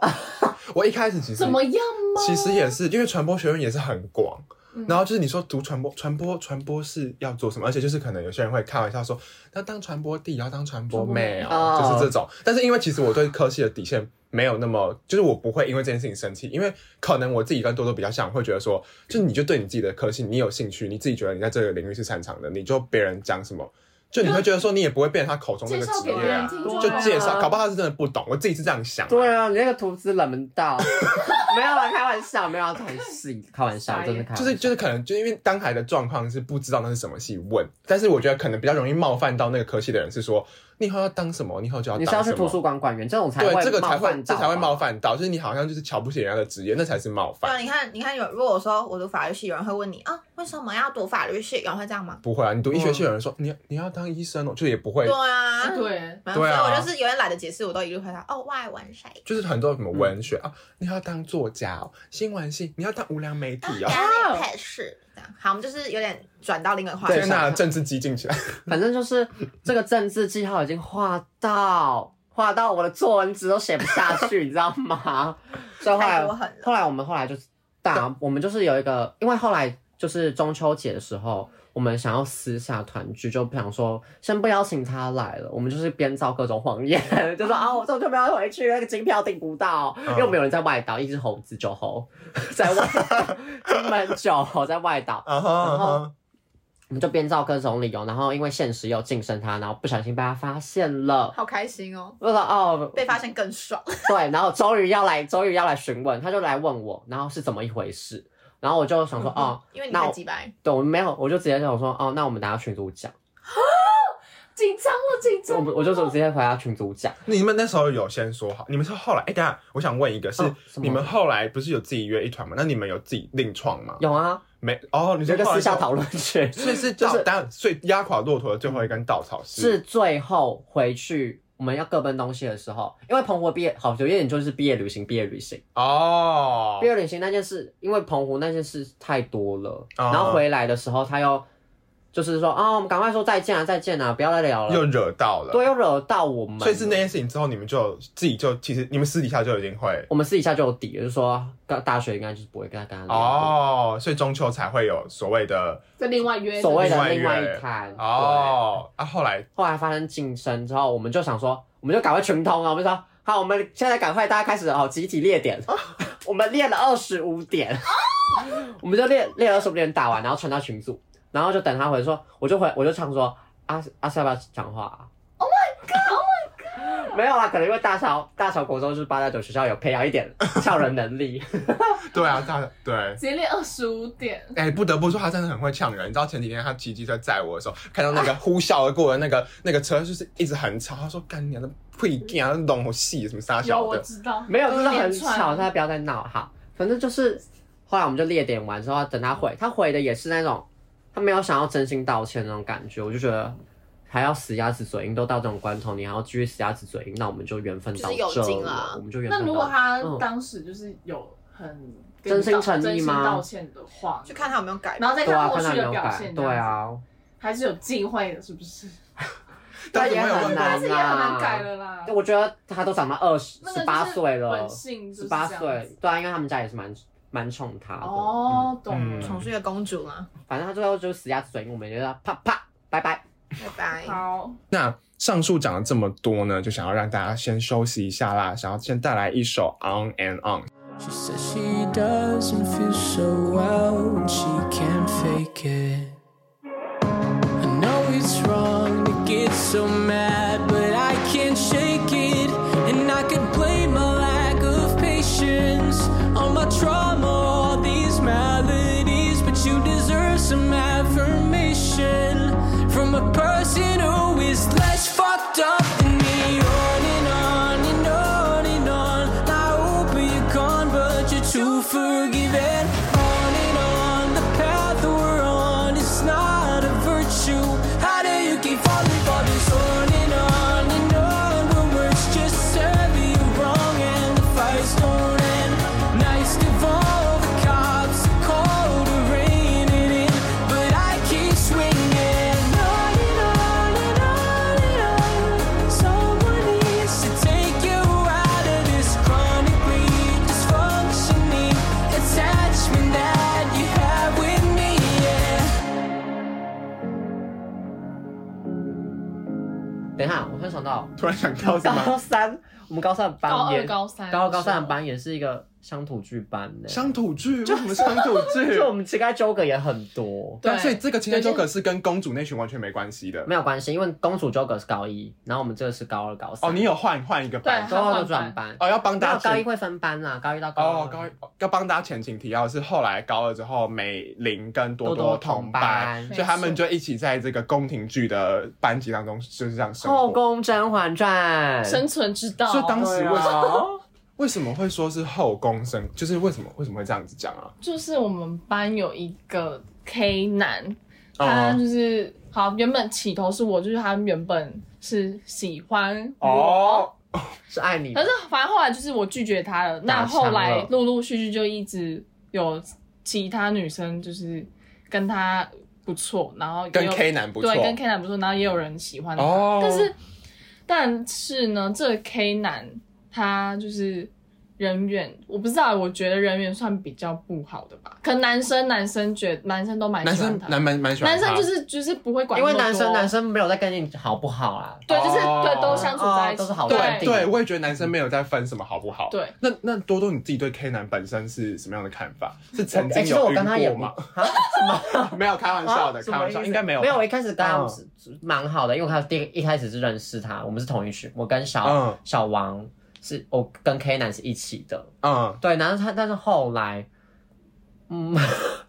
[SPEAKER 4] 我一开始其实
[SPEAKER 2] 怎么样吗？
[SPEAKER 4] 其实也是，因为传播学院也是很广。
[SPEAKER 2] 嗯
[SPEAKER 4] 然后就是你说读传播，传播传播是要做什么？而且就是可能有些人会开玩笑说，要当传播弟，要当传播妹哦，
[SPEAKER 1] 传播
[SPEAKER 4] 就
[SPEAKER 1] 妹
[SPEAKER 4] 是这种。但是因为其实我对科系的底线没有那么，就是我不会因为这件事情生气，因为可能我自己跟多多比较像，会觉得说，就是你就对你自己的科系你有兴趣，你自己觉得你在这个领域是擅长的，你就别人讲什么，就你会觉得说你也不会变成他口中那
[SPEAKER 2] 介
[SPEAKER 4] 个
[SPEAKER 2] 绍
[SPEAKER 4] 职
[SPEAKER 2] 给别
[SPEAKER 4] 业
[SPEAKER 2] 人
[SPEAKER 4] 啊，
[SPEAKER 2] 听，
[SPEAKER 1] 对啊
[SPEAKER 4] 就
[SPEAKER 2] 好
[SPEAKER 4] 介绍，搞不好他是真的不懂，我自己是这样想啊。
[SPEAKER 1] 对啊，你那个投资冷门到，没有啦，开玩笑，没有啦，开玩笑，开玩笑，真的开玩笑，
[SPEAKER 4] 就是就是可能就因为当台的状况是不知道那是什么系问，但是我觉得可能比较容易冒犯到那个科系的人是说你以后要当什么，你以后就要
[SPEAKER 1] 你
[SPEAKER 4] 当
[SPEAKER 1] 是要
[SPEAKER 4] 什
[SPEAKER 1] 去
[SPEAKER 4] 么。
[SPEAKER 1] 图书馆馆员这种才
[SPEAKER 4] 对，
[SPEAKER 1] 会
[SPEAKER 4] 这个才
[SPEAKER 1] 冒
[SPEAKER 4] 会
[SPEAKER 1] 犯
[SPEAKER 4] 这
[SPEAKER 1] 到啊吧
[SPEAKER 4] 才会冒犯到，就是你好像就是瞧不起人家的职业，那才是冒
[SPEAKER 5] 对啊，
[SPEAKER 4] 犯。
[SPEAKER 5] 你看，你看有，如果我说我读法律系，有人会问你啊，为什么要读法律系？有人会这样吗？
[SPEAKER 4] 不会啊，你读医学系有人说你你要当医生哦，就也不会
[SPEAKER 5] 对，啊，
[SPEAKER 2] 啊对，
[SPEAKER 5] 反正
[SPEAKER 4] 对啊
[SPEAKER 5] 所以我就是有点懒得解释，我都一律回答哦，外文系。
[SPEAKER 4] 就是很多什么文学
[SPEAKER 1] 嗯
[SPEAKER 4] 啊，你要当作家哦，新闻系你要当无良媒体 哦。
[SPEAKER 5] 压力太是这样。好，我们就是有点转到另外一个话题
[SPEAKER 4] 天。
[SPEAKER 1] 啊
[SPEAKER 4] 呐，政治激进 起来，
[SPEAKER 1] 反正就是这个政治记号已经画到画到我的作文纸都写不下去，你知道吗？所以后
[SPEAKER 5] 太
[SPEAKER 1] 来
[SPEAKER 5] 过狠了
[SPEAKER 1] 后来我们后来就是大，我们就是有一个，因为后来就是中秋节的时候，我们想要私下团聚，就不想说先不邀请他来了，我们就是编造各种谎言，就说啊，我中秋没有回去，那个机票订不到，因为我们有人在外岛，一只猴子酒猴 在外岛，金门酒猴在外岛，
[SPEAKER 4] 啊哈啊哈，
[SPEAKER 1] 我们就编造各种理由，然后因为现实又晋升他，然后不小心被他发现了，
[SPEAKER 5] 好开心哦，
[SPEAKER 1] 我就说哦，
[SPEAKER 5] 被发现更爽。
[SPEAKER 1] 对，然后终于要来，终于要来询问，他就来问我，然后是怎么一回事，然后我就想说、哦，
[SPEAKER 5] 因为你
[SPEAKER 1] 那
[SPEAKER 5] 太
[SPEAKER 1] 我
[SPEAKER 5] 鸡掰，
[SPEAKER 1] 对，我没有，我就直接想说哦，那我们等下群主讲，
[SPEAKER 2] 紧张了，紧张
[SPEAKER 1] 我
[SPEAKER 2] 了，
[SPEAKER 1] 们我就直接回答群主讲，
[SPEAKER 4] 你们那时候有先说好，你们是后来哎，等一下我想问一个，是
[SPEAKER 1] 嗯什么
[SPEAKER 4] 你们后来不是有自己约一团吗？那你们有自己另创吗？
[SPEAKER 1] 有啊，
[SPEAKER 4] 没哦，你
[SPEAKER 1] 有
[SPEAKER 4] 说
[SPEAKER 1] 一个
[SPEAKER 4] 后来
[SPEAKER 1] 私下
[SPEAKER 4] 就
[SPEAKER 1] 讨论群，
[SPEAKER 4] 所以 是
[SPEAKER 1] 就
[SPEAKER 4] 就是是当所以压垮骆驼的最后一根稻草
[SPEAKER 1] 是最后回去我们要各奔东西的时候，因为澎湖毕业好有一点就是毕业旅行，毕业旅行。
[SPEAKER 4] 哦
[SPEAKER 1] 毕，业旅行那件事，因为澎湖那件事太多了，
[SPEAKER 4] 啊
[SPEAKER 1] 然后回来的时候他又就是说啊，我们赶快说再见啊，再见啊，不要再聊
[SPEAKER 4] 又
[SPEAKER 1] 了，
[SPEAKER 4] 惹到了，
[SPEAKER 1] 对，啊又惹到我们，
[SPEAKER 4] 所以是那件事情之后，你们就自己就其实你们私底下就已经会
[SPEAKER 1] 我们私底下就有底了，就说大大学应该就是不会跟他跟他聊了
[SPEAKER 4] 哦，所以中秋才会有所谓的
[SPEAKER 2] 在另外约
[SPEAKER 1] 所谓
[SPEAKER 4] 另
[SPEAKER 1] 的
[SPEAKER 4] 外一
[SPEAKER 1] 另外
[SPEAKER 4] 位
[SPEAKER 1] 一摊对
[SPEAKER 4] 哦啊，后来
[SPEAKER 1] 后来发生竞争之后，我们就想说，我们就赶快群通啊，我们就说好，我们现在赶快大家开始哦，哦集体列点， 我们列了二十五点，我们就列列二十五点打完，然后传到群组，然后就等他回说，我就回我就唱说阿阿塞巴讲话、啊、，Oh my god，Oh my god， 没有啦，可能因为大桥大桥国中就是八大九学校有培养一 点校人能力，
[SPEAKER 4] 对啊，大对。
[SPEAKER 2] 直接练二十五点，
[SPEAKER 4] 哎、不得不说，他真的很会呛人。你知道前几天他骑机车载我的时候，看到那个呼啸而过的那个那个车，就是一直很吵。他说：“干你娘的屁干啊，弄好细什么傻
[SPEAKER 2] 有啊
[SPEAKER 4] 小
[SPEAKER 2] 我
[SPEAKER 4] 的。
[SPEAKER 2] 知道，
[SPEAKER 1] 没有，就是很
[SPEAKER 2] 连
[SPEAKER 1] 巧，
[SPEAKER 2] 串
[SPEAKER 1] 大家不要再闹哈。反正就是后来我们就列点完之后，等他回，他回的也是那种他没有想要真心道歉那种感觉，我就觉得。还要死鸭子嘴硬，都到这种关头，你还要继续死鸭子嘴硬，那我们就缘分
[SPEAKER 5] 就是
[SPEAKER 1] 到
[SPEAKER 5] 有
[SPEAKER 1] 这
[SPEAKER 5] 劲
[SPEAKER 1] 了
[SPEAKER 5] 啦，
[SPEAKER 1] 我们就缘分
[SPEAKER 2] 那
[SPEAKER 1] 到
[SPEAKER 2] 如果
[SPEAKER 1] 这
[SPEAKER 2] 他
[SPEAKER 1] 嗯
[SPEAKER 2] 当时就是有很
[SPEAKER 1] 真心诚意吗
[SPEAKER 2] 真心道歉的话，
[SPEAKER 5] 去看他有没有改。
[SPEAKER 2] 然后再
[SPEAKER 1] 对啊，
[SPEAKER 2] 看后
[SPEAKER 1] 看他
[SPEAKER 2] 续
[SPEAKER 1] 有
[SPEAKER 2] 的
[SPEAKER 1] 没有
[SPEAKER 2] 表
[SPEAKER 1] 改，
[SPEAKER 2] 现，
[SPEAKER 1] 对，啊，
[SPEAKER 2] 还是有忌讳的，是不是？
[SPEAKER 4] 但
[SPEAKER 1] 但
[SPEAKER 4] 是
[SPEAKER 1] 也
[SPEAKER 4] 没有啊
[SPEAKER 1] 很
[SPEAKER 4] 办法
[SPEAKER 1] 难
[SPEAKER 2] 但
[SPEAKER 1] 啦
[SPEAKER 2] 是啊也很难改了啦。
[SPEAKER 1] 我觉得他都长到二十
[SPEAKER 2] 那
[SPEAKER 1] 十
[SPEAKER 2] 个就是
[SPEAKER 1] 八岁了
[SPEAKER 2] 本，性就
[SPEAKER 1] 十
[SPEAKER 2] 是这
[SPEAKER 1] 八
[SPEAKER 2] 样子
[SPEAKER 1] 岁，对啊，因为他们家也是蛮蛮宠他的。嗯，
[SPEAKER 2] 哦，懂
[SPEAKER 4] 嗯
[SPEAKER 2] 了。
[SPEAKER 5] 宠是一个公主嘛，
[SPEAKER 1] 反正他最后就是死鸭子嘴硬，我们就是啪啪拜拜。
[SPEAKER 5] 拜拜。
[SPEAKER 2] 好，
[SPEAKER 4] 那上述讲了这么多呢，就想要让大家先休息一下啦，想要先带来一首《On and On》。
[SPEAKER 6] She says she doesn't feel so well and she can't fake it. I know it's wrong to get so mad, but I can't shake it. And I could blame my lack of patience on my trauma, all these maladies. But you deserve some affirmation from a person who is less fucked up than me. On and on and on and on. I hope you're gone, but you're too forgiving. On and on, the path we're on is not a virtue. How do you keep falling for this? On and on and on, but words just serve you wrong, and the fights don't end. Nice to all the cops are cold or raining in, but I keep swinging. On and on and on and on. Someone needs to take you out of this chronically dysfunctioning attachment that you have with me. Yeah.
[SPEAKER 1] 等一下，我突然想到，
[SPEAKER 4] 突然想到什
[SPEAKER 1] 高
[SPEAKER 4] 么？
[SPEAKER 1] 三，我们高三的
[SPEAKER 2] 高
[SPEAKER 1] 班也
[SPEAKER 2] 二、高三，
[SPEAKER 1] 高二高三的，班也是一个乡土剧班呢、
[SPEAKER 4] 乡土剧？为什么乡土剧
[SPEAKER 1] 就？我们情感纠葛也很多，
[SPEAKER 4] 对啊，
[SPEAKER 2] 对
[SPEAKER 4] 所以这个情感纠
[SPEAKER 2] 有
[SPEAKER 4] 葛是跟公主那群完全没关系的。
[SPEAKER 1] 没有关系，因为公主纠葛是高一，然后我们这个是高二高三。
[SPEAKER 4] 哦，你有换换一个
[SPEAKER 2] 对
[SPEAKER 4] 版，
[SPEAKER 1] 高二就转班，
[SPEAKER 4] 哦，要帮
[SPEAKER 1] 啊没
[SPEAKER 4] 大
[SPEAKER 1] 有
[SPEAKER 4] 家
[SPEAKER 1] 高一
[SPEAKER 4] 前
[SPEAKER 1] 会分班啦，高一到高
[SPEAKER 4] 哦
[SPEAKER 1] 二。，
[SPEAKER 4] 高一要帮大家前情提要是后来高二之后，美玲跟多
[SPEAKER 1] 多多
[SPEAKER 4] 同
[SPEAKER 1] 同班
[SPEAKER 4] 所以他们就一起在这个宫廷剧的班级当中就是这样生
[SPEAKER 1] 后
[SPEAKER 4] 活。
[SPEAKER 1] 宫《甄嬛传》
[SPEAKER 2] 生存之道。
[SPEAKER 4] 所以当时为什么、
[SPEAKER 1] 哦
[SPEAKER 4] 为什么会说是后宫生？就是为什么为什么会这样子讲啊？
[SPEAKER 2] 就是我们班有一个 K 男，他
[SPEAKER 4] 哦
[SPEAKER 2] 就是好，原本起头是我，就是他原本是喜欢我，
[SPEAKER 4] 哦，
[SPEAKER 1] 是爱你
[SPEAKER 2] 可。是反正后来就是我拒绝他了。
[SPEAKER 1] 打
[SPEAKER 2] 那后
[SPEAKER 1] 枪
[SPEAKER 2] 来
[SPEAKER 1] 了
[SPEAKER 2] 陆陆续续就一直有其他女生就是跟他不错，然后也
[SPEAKER 4] 跟
[SPEAKER 2] 有
[SPEAKER 4] K 男不错，
[SPEAKER 2] 对跟 K 男不错，然后也有人喜欢他。
[SPEAKER 4] 哦，
[SPEAKER 2] 但是但是呢，这个 K 男他就是人缘，我不知道，我觉得人缘算比较不好的吧。可能男生男生觉男生都蛮
[SPEAKER 4] 男
[SPEAKER 2] 喜欢
[SPEAKER 4] 生
[SPEAKER 2] 他，
[SPEAKER 4] 男蛮蛮喜欢
[SPEAKER 2] 男
[SPEAKER 4] 他，
[SPEAKER 2] 生就是就是不会管
[SPEAKER 1] 因
[SPEAKER 2] 那么
[SPEAKER 1] 为
[SPEAKER 2] 多，
[SPEAKER 1] 男生男生没有在跟你好不好啦，
[SPEAKER 2] 对，就是
[SPEAKER 4] 哦
[SPEAKER 2] 对都相处在
[SPEAKER 1] 哦
[SPEAKER 2] 一起，
[SPEAKER 1] 都是好
[SPEAKER 2] 对
[SPEAKER 1] 兄弟
[SPEAKER 4] 对，我也觉得男生没有在分什么好不好。
[SPEAKER 2] 对，
[SPEAKER 4] 那那多多你自己对 K 男本身是什么样的看法？是曾
[SPEAKER 1] 哎
[SPEAKER 4] 经
[SPEAKER 1] 其实我
[SPEAKER 4] 有
[SPEAKER 1] 跟他
[SPEAKER 4] 晕
[SPEAKER 1] 也
[SPEAKER 4] 过
[SPEAKER 1] 不
[SPEAKER 4] 吗？
[SPEAKER 1] 啊什么？
[SPEAKER 4] 没有开玩笑的，
[SPEAKER 1] 啊
[SPEAKER 4] 开玩笑，
[SPEAKER 1] 什么意思
[SPEAKER 4] 应该没有吧。
[SPEAKER 1] 没有，我一开始跟他们
[SPEAKER 4] 嗯
[SPEAKER 1] 是蛮好的，因为我看第一开始是认识他，我们是同一群，我跟小、
[SPEAKER 4] 嗯
[SPEAKER 1] 小王是我跟 K 男是一起的，
[SPEAKER 4] 嗯，
[SPEAKER 1] 对，然后他但是后来，嗯，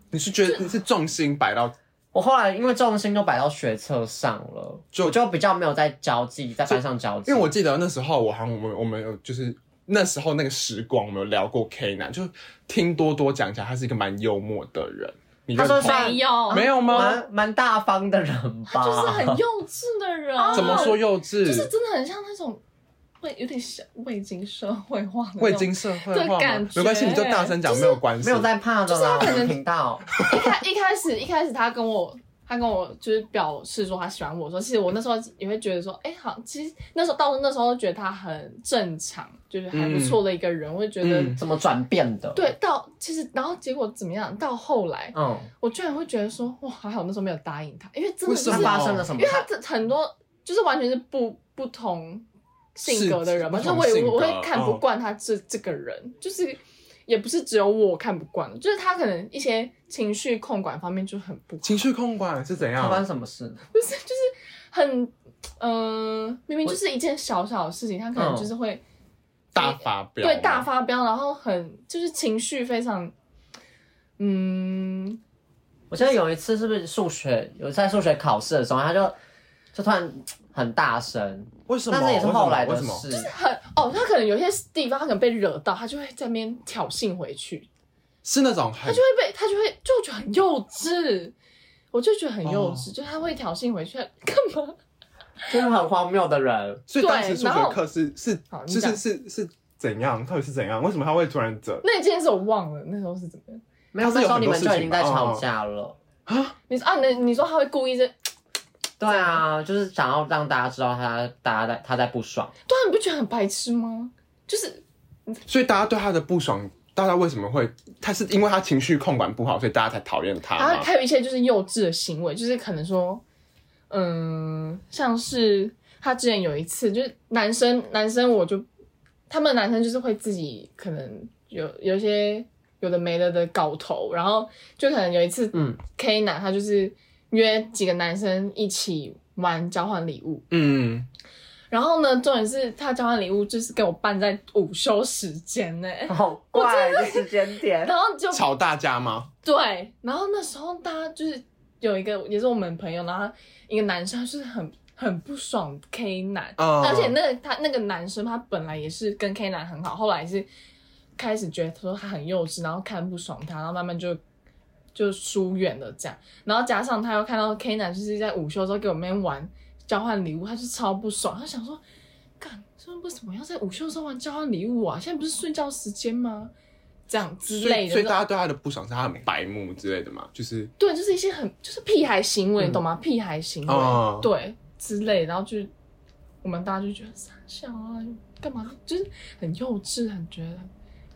[SPEAKER 4] 你是觉得你是重心摆到
[SPEAKER 1] 我后来因为重心都摆到学测上了，
[SPEAKER 4] 就
[SPEAKER 1] 我就比较没有在交际，在班上交际，
[SPEAKER 4] 因为我记得那时候我好像我们我们有就是那时候那个时光，我们有聊过 K 男，就听多多讲起来，他是一个蛮幽默的人。你认
[SPEAKER 1] 他说
[SPEAKER 4] 同
[SPEAKER 1] 算
[SPEAKER 2] 没有，
[SPEAKER 4] 没有吗？
[SPEAKER 1] 蛮蛮大方的人吧，
[SPEAKER 2] 就是
[SPEAKER 4] 啊
[SPEAKER 2] 很幼稚的人，
[SPEAKER 4] 怎么说？幼稚？
[SPEAKER 2] 就是真的很像那种未有点小未经社会化的那种，
[SPEAKER 4] 未经社会
[SPEAKER 2] 对
[SPEAKER 4] 化吗
[SPEAKER 2] 感？觉
[SPEAKER 4] 没关系，你就大声讲，没有关系。
[SPEAKER 1] 没有在怕的啦，
[SPEAKER 2] 就是他可能
[SPEAKER 1] 频道，
[SPEAKER 2] 一开一开始一开始他跟我他跟我就是表示说他喜欢我说，其实我那时候也会觉得说，哎、好，其实那时候到那时候觉得他很正常，就是还不错的一个人，我会觉得、
[SPEAKER 4] 嗯
[SPEAKER 1] 怎么转变的？，
[SPEAKER 2] 对。到其实然后结果怎么样？到后来
[SPEAKER 1] 嗯，
[SPEAKER 2] 我居然会觉得说，哇，还好那时候没有答应他，因为真的
[SPEAKER 4] 为
[SPEAKER 2] 就是
[SPEAKER 4] 什
[SPEAKER 1] 他
[SPEAKER 4] 么
[SPEAKER 1] 发生了什么
[SPEAKER 2] 因
[SPEAKER 4] 嗯
[SPEAKER 2] 为？他这很多就是完全是不不同性格的人嘛，
[SPEAKER 4] 是
[SPEAKER 2] 就我也
[SPEAKER 4] 不同性格嗯
[SPEAKER 2] 我会看不惯他这、这个人，就是也不是只有我看不惯，就是他可能一些情绪控管方面就很不好，
[SPEAKER 4] 情绪控管是怎
[SPEAKER 1] 他
[SPEAKER 4] 样
[SPEAKER 1] 发？生什么事？
[SPEAKER 2] 就是就是很嗯，明明就是一件小小的事情，他可能就是会
[SPEAKER 4] 大发表，
[SPEAKER 2] 对大，发飙，然后很就是情绪非常，嗯，
[SPEAKER 1] 我记得有一次是不是数学有在数学考试的时候，他就就突然很大声，
[SPEAKER 4] 为什么？
[SPEAKER 1] 但是也是后来
[SPEAKER 4] 为
[SPEAKER 1] 的
[SPEAKER 4] 什么？
[SPEAKER 1] 事。
[SPEAKER 2] 很哦，他可能有些地方他可能被惹到，他就会在那边挑衅回去，
[SPEAKER 4] 是那种很
[SPEAKER 2] 他就会被他就会就觉得很幼稚，我就觉得很幼
[SPEAKER 4] 哦
[SPEAKER 2] 稚，就他会挑衅回去啊干嘛？
[SPEAKER 1] 就是很荒谬的人，
[SPEAKER 4] 所以当时
[SPEAKER 2] 对
[SPEAKER 4] 数
[SPEAKER 2] 然
[SPEAKER 4] 学
[SPEAKER 2] 后
[SPEAKER 4] 课是是
[SPEAKER 2] 好你
[SPEAKER 4] 就
[SPEAKER 2] 讲
[SPEAKER 4] 是是是怎样？到底是怎样？为什么他会突然这？
[SPEAKER 2] 那件事我忘了，那时候是怎么样？
[SPEAKER 1] 没有
[SPEAKER 4] 他是
[SPEAKER 1] 那
[SPEAKER 4] 有
[SPEAKER 1] 时候
[SPEAKER 4] 很
[SPEAKER 1] 你
[SPEAKER 4] 多
[SPEAKER 1] 们
[SPEAKER 4] 事
[SPEAKER 1] 就已
[SPEAKER 4] 情
[SPEAKER 1] 经
[SPEAKER 4] 吧
[SPEAKER 1] 在
[SPEAKER 4] 哦
[SPEAKER 1] 吵
[SPEAKER 4] 哦
[SPEAKER 1] 架了。
[SPEAKER 2] 你说啊，那你说他会故意这？
[SPEAKER 1] 对啊，就是想要让大家知道他大家在他在不爽。
[SPEAKER 2] 对啊，你不觉得很白痴吗？就是
[SPEAKER 4] 所以大家对他的不爽，大家为什么会？他是因为他情绪控管不好，所以大家才讨厌他
[SPEAKER 2] 然后
[SPEAKER 4] 吗？
[SPEAKER 2] 还有一些就是幼稚的行为，就是可能说，嗯，像是他之前有一次，就是男生男生我就他们男生就是会自己可能有有一些有的没的的搞头，然后就可能有一次，
[SPEAKER 1] 嗯
[SPEAKER 2] ，K 男他就是约几个男生一起玩交换礼物，
[SPEAKER 4] 嗯，
[SPEAKER 2] 然后呢，重点是他交换礼物就是给我办在午休时间呢、
[SPEAKER 1] 好怪的时间 点，
[SPEAKER 2] 然后就
[SPEAKER 4] 吵大家吗？
[SPEAKER 2] 对，然后那时候大家就是有一个也是我们朋友，然后他一个男生，他就是很很不爽 K 男，
[SPEAKER 4] 嗯
[SPEAKER 2] 而且那个他那个男生他本来也是跟 K 男很好，后来是开始觉得说他很幼稚，然后看不爽他，然后慢慢就就疏远了这样，然后加上他又看到 K 男就是在午休的时候给我们玩交换礼物，他就超不爽，他想说，干，这为什么要在午休的时候玩交换礼物啊？现在不是睡觉时间吗？这样
[SPEAKER 4] 所
[SPEAKER 2] 之类
[SPEAKER 4] 以
[SPEAKER 2] 的，
[SPEAKER 4] 所以大家对他的不爽是他很白目之类的嘛？就是
[SPEAKER 2] 对，就是一些很就是屁孩行为，
[SPEAKER 1] 嗯
[SPEAKER 2] 你懂吗？屁孩行为，
[SPEAKER 4] 哦
[SPEAKER 2] 对之类，然后就我们大家就觉得傻笑啊，干嘛？就是很幼稚，很觉得